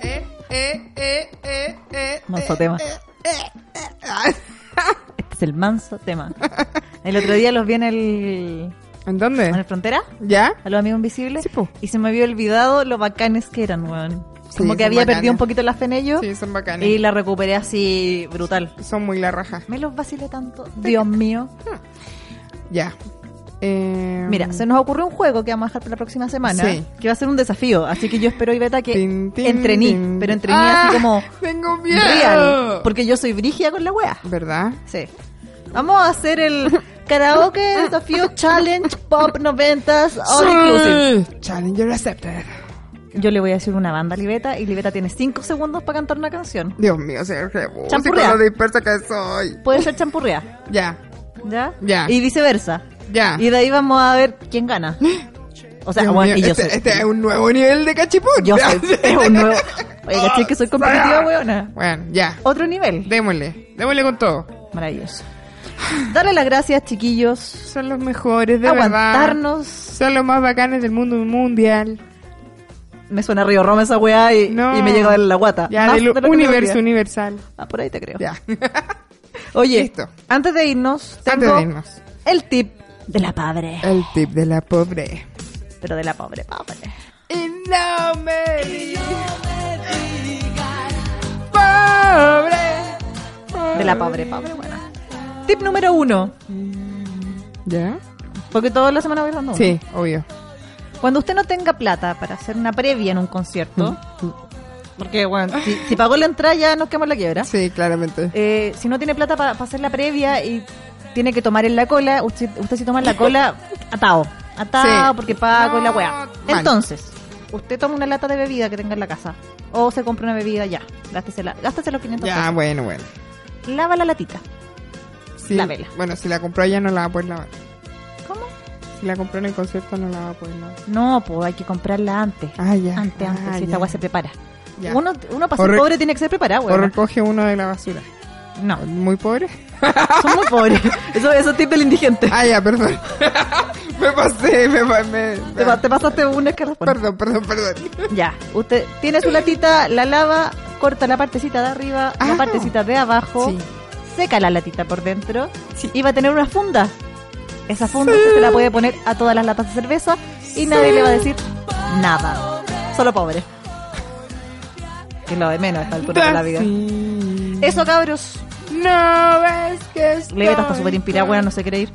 S3: eh, eh, eh, eh.
S2: Manso
S3: eh,
S2: tema.
S3: eh, eh, eh. Ah,
S2: Este es el manso tema. El otro día los vi en el.
S3: ¿En dónde?
S2: ¿En la frontera?
S3: ¿Ya?
S2: A los amigos invisibles.
S3: Sí, po.
S2: Y se me había olvidado lo bacanes que eran, weón.
S3: Sí,
S2: Como que
S3: son
S2: había
S3: bacanes.
S2: perdido un poquito la fe en ellos.
S3: Sí, son bacanes.
S2: Y la recuperé así brutal.
S3: Son muy la raja.
S2: Me los vacilé tanto. Dios mío.
S3: Ya. Eh,
S2: Mira, se nos ocurrió un juego que vamos a dejar para la próxima semana.
S3: Sí.
S2: Que va a ser un desafío. Así que yo espero, Iveta, que
S3: Tin, tin,
S2: entrení.
S3: tin.
S2: Pero entrení
S3: Ah,
S2: así como
S3: Tengo miedo.
S2: real. Porque yo soy brigia con la wea.
S3: ¿Verdad?
S2: Sí. Vamos a hacer el karaoke desafío challenge pop noventas all Oh, inclusive.
S3: Sí. Challenger accepted.
S2: Yo le voy a decir una banda a Libeta y Libeta tiene 5 segundos para cantar una canción.
S3: Dios mío, Sergio. Si
S2: Champurrea.
S3: con lo dispersa que soy.
S2: Puede ser champurrea,
S3: Ya,
S2: ¿ya?
S3: Ya.
S2: Y viceversa.
S3: ya.
S2: Y de ahí vamos a ver quién gana. O sea,
S3: Dios
S2: bueno,
S3: mío,
S2: y yo
S3: este,
S2: soy-
S3: este es un nuevo nivel de cachipún.
S2: Yo soy es un nuevo. Oye, caché que soy competitiva, weona.
S3: Bueno, ya.
S2: Otro nivel.
S3: Démosle. Démosle con todo.
S2: Maravilloso. Darle las gracias, chiquillos.
S3: Son los mejores, de verdad.
S2: Aguantarnos.
S3: Son los más bacanes del mundo mundial.
S2: Me suena Río Roma esa weá y,
S3: No.
S2: y me llega a darle la guata.
S3: Ya,
S2: Más
S3: del
S2: de lo que me
S3: universo
S2: olvidé.
S3: universal.
S2: Ah, por ahí te creo.
S3: Ya.
S2: Oye,
S3: Listo.
S2: antes de irnos,
S3: Antes
S2: tengo
S3: de irnos.
S2: el tip de la padre.
S3: El tip de la pobre.
S2: Pero de la pobre, pobre.
S3: Y no me digas pobre.
S2: De la pobre, pobre, bueno. Tip número uno.
S3: ¿Ya?
S2: Porque toda la semana voy dando uno.
S3: Sí, obvio.
S2: Cuando usted no tenga plata para hacer una previa en un concierto,
S3: Mm,
S2: porque bueno, si, si pagó la entrada ya nos quemamos la quiebra.
S3: Sí, claramente.
S2: Eh, si no tiene plata para hacer la previa y tiene que tomar en la cola, usted, usted si toma en la cola, atado. Atado
S3: Sí.
S2: porque pago y la weá.
S3: No, mal.
S2: Entonces, usted toma una lata de bebida que tenga en la casa. O se compra una bebida ya. Gástesela, gástese los 500
S3: Ya, bueno, bueno.
S2: pesos. Lava la latita.
S3: Sí,
S2: La vela.
S3: Bueno, si la compró ella no la va a poder lavar.
S2: ¿Cómo?
S3: Si la compró en el concierto no la va a poder lavar.
S2: No, pues hay que comprarla antes.
S3: Ah, ya.
S2: Antes, antes.
S3: Ah,
S2: si
S3: ya.
S2: esta weá se prepara.
S3: Ya.
S2: Uno, uno para
S3: O
S2: ser
S3: re-
S2: pobre tiene que ser preparado,
S3: O
S2: weón.
S3: recoge uno de la basura.
S2: No,
S3: Muy pobre.
S2: son muy pobres. Eso, eso es tip del indigente.
S3: Ah, ya, perdón. me pasé, me, pa- me,
S2: Te, pa- te pasaste un escarapón.
S3: Perdón, perdón, perdón.
S2: Ya, usted tiene su latita, la lava, corta la partecita de arriba,
S3: Ah.
S2: la partecita de abajo,
S3: Sí.
S2: seca la latita por dentro y va a tener una funda. Esa funda usted se la puede poner a todas las latas de cerveza y nadie le va a decir nada. Solo pobre. Que es lo de menos a esta altura de la vida.
S3: Sí.
S2: Eso, cabros.
S3: No ves que es.
S2: Le está súper inspirada, buena, no se quiere ir.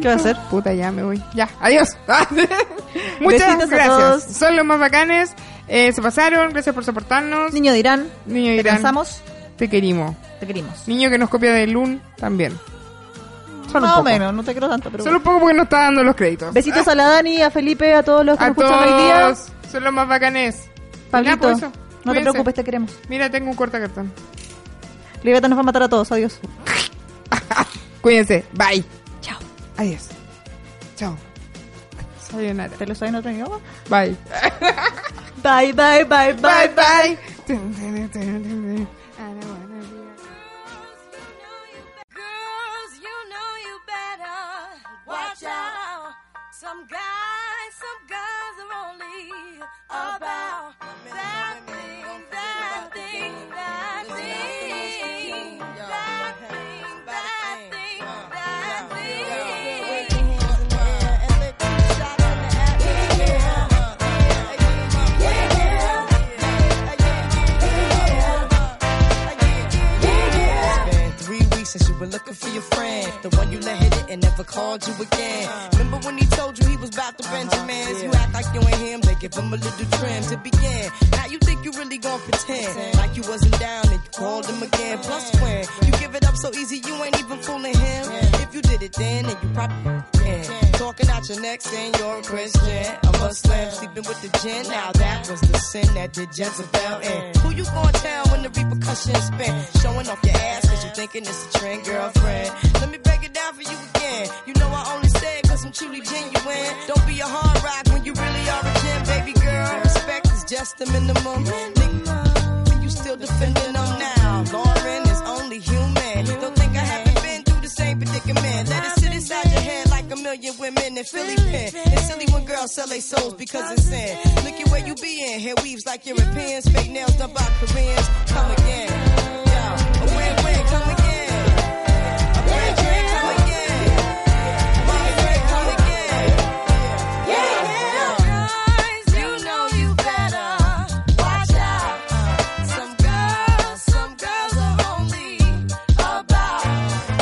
S2: ¿Qué va a hacer?
S3: Puta, ya me voy. Ya, adiós. Muchas
S2: Besitos a
S3: gracias.
S2: todos.
S3: Son los más bacanes. Eh, se pasaron. Gracias por soportarnos.
S2: Niño de Irán,
S3: Niño
S2: te
S3: Irán,
S2: cansamos,
S3: te querimos.
S2: te querimos.
S3: Niño que nos copia de Loon también. Solo un
S2: Más o
S3: poco.
S2: menos, no te quiero tanto, pero
S3: Solo un poco porque no está dando los créditos.
S2: Besitos a la Dani, a Felipe, a todos los que
S3: a
S2: nos escuchan hoy día.
S3: todos. Son los más bacanes. Ya,
S2: Pablito,
S3: por eso.
S2: no te
S3: Cuídense.
S2: preocupes, te queremos.
S3: Mira, tengo un cortacartón.
S2: Libeta nos va a matar a todos, adiós.
S3: Cuídense. Bye. Chao. Adiós. Chao. Sayonara.
S2: ¿Te lo saben otro idioma?
S3: Bye.
S2: Bye, bye, bye, bye.
S3: bye.
S4: Girls, you know you better watch out. Some guys, some guys are only about that thing, that thing, that thing, that thing, that thing, that thing.
S10: It's been three weeks since you were looking for your friend. The one you let hit it and never called you again. Remember when he told you he was about to Benjamins? You act like you ain't him, they give him a little trim to begin. Now you think you really gonna pretend like you wasn't down and you called him again. Plus when you give it up so easy, you ain't even fooling him. If you did it then, then you probably can. Talking out your neck saying you're a Christian. A Muslim sleeping with the gin. Now that was the sin that did Jezebel in. Who you gonna tell when the repercussions been? Showing off your ass cause you thinking it's a trend, girlfriend. Let me break it down for you again. You know I only said cause I'm truly genuine. Don't be a hard rock when you really are a gem, baby girl. Respect is just the minimum. Nigga, you still defending them now. Lauren is only human. Don't think I haven't been through the same predicament. Let it sit inside your head like a million women in Philly pen. It's silly when girls sell their souls because it's sin. Look at where where you be in. Hair weaves like Europeans, fake nails done by Koreans. Come again. Yo, a win win, come again. A win win, come again. Win win, come again. Yeah, yeah. You know you better. Watch out. Some girls, some girls are only about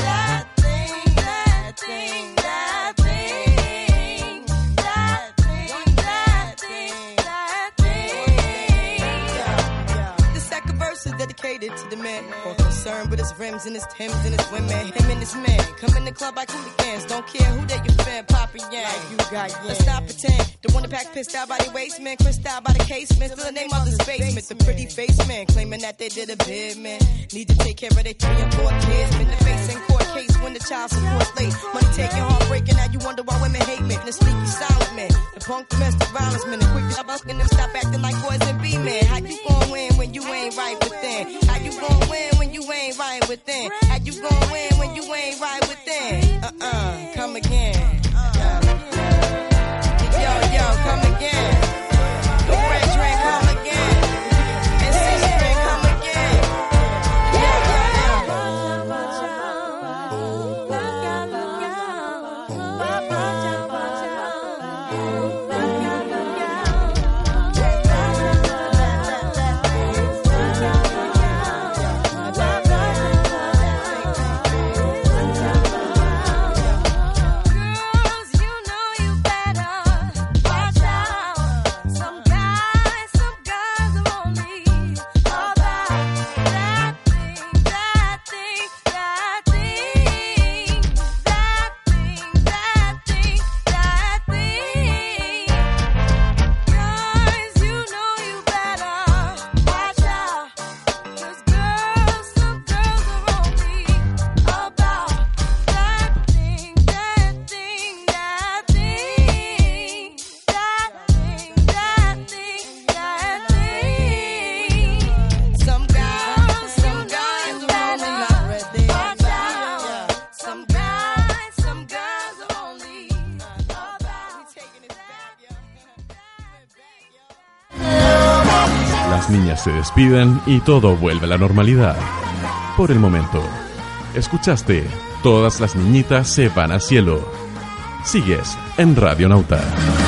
S10: that thing, that thing, that thing, that thing, that thing, that thing. The second verse is dedicated to the man who concerned with his rims and his Timbs and his women, him and his men. Come in the club like hooligans, don't care who they offend, Papa Yang. You got Let's stop pretend. The one that pack pissed out by the waist, man. Crissed out by the casement. Still the name of this basement. The pretty face man claiming that they did a bid, man. Need to take care of their three and four kids. Been the face in court case when the child support late. Money taking heartbreaking. Now you wonder why women hate men. The sneaky silent man. The punk domestic violence man. The quick to stop asking them stop acting like boys and be men. How you gonna win when you ain't right within? How you gonna win when you ain't right within? How you gonna win when you ain't right within? Uh uh come again. Uh, Yo, yo, come again. The red train come again. And six train come again. Yeah, yeah.
S4: Girls, you know you better watch out. Some guys, some guys are only about that thing, that thing, that thing, that thing, that thing, that thing. Girls, you know you better watch out. 'Cause girls, some girls are only about that thing, that thing, that thing, that thing, that thing, that thing.
S10: Some guys, some guys
S4: Girls,
S10: are only not ready.
S4: watch out. Some guys, some girls are only about
S1: Las niñas se despiden y todo vuelve a la normalidad. Por el momento, escuchaste, todas las niñitas se van al cielo. Sigues en Radio Nauta.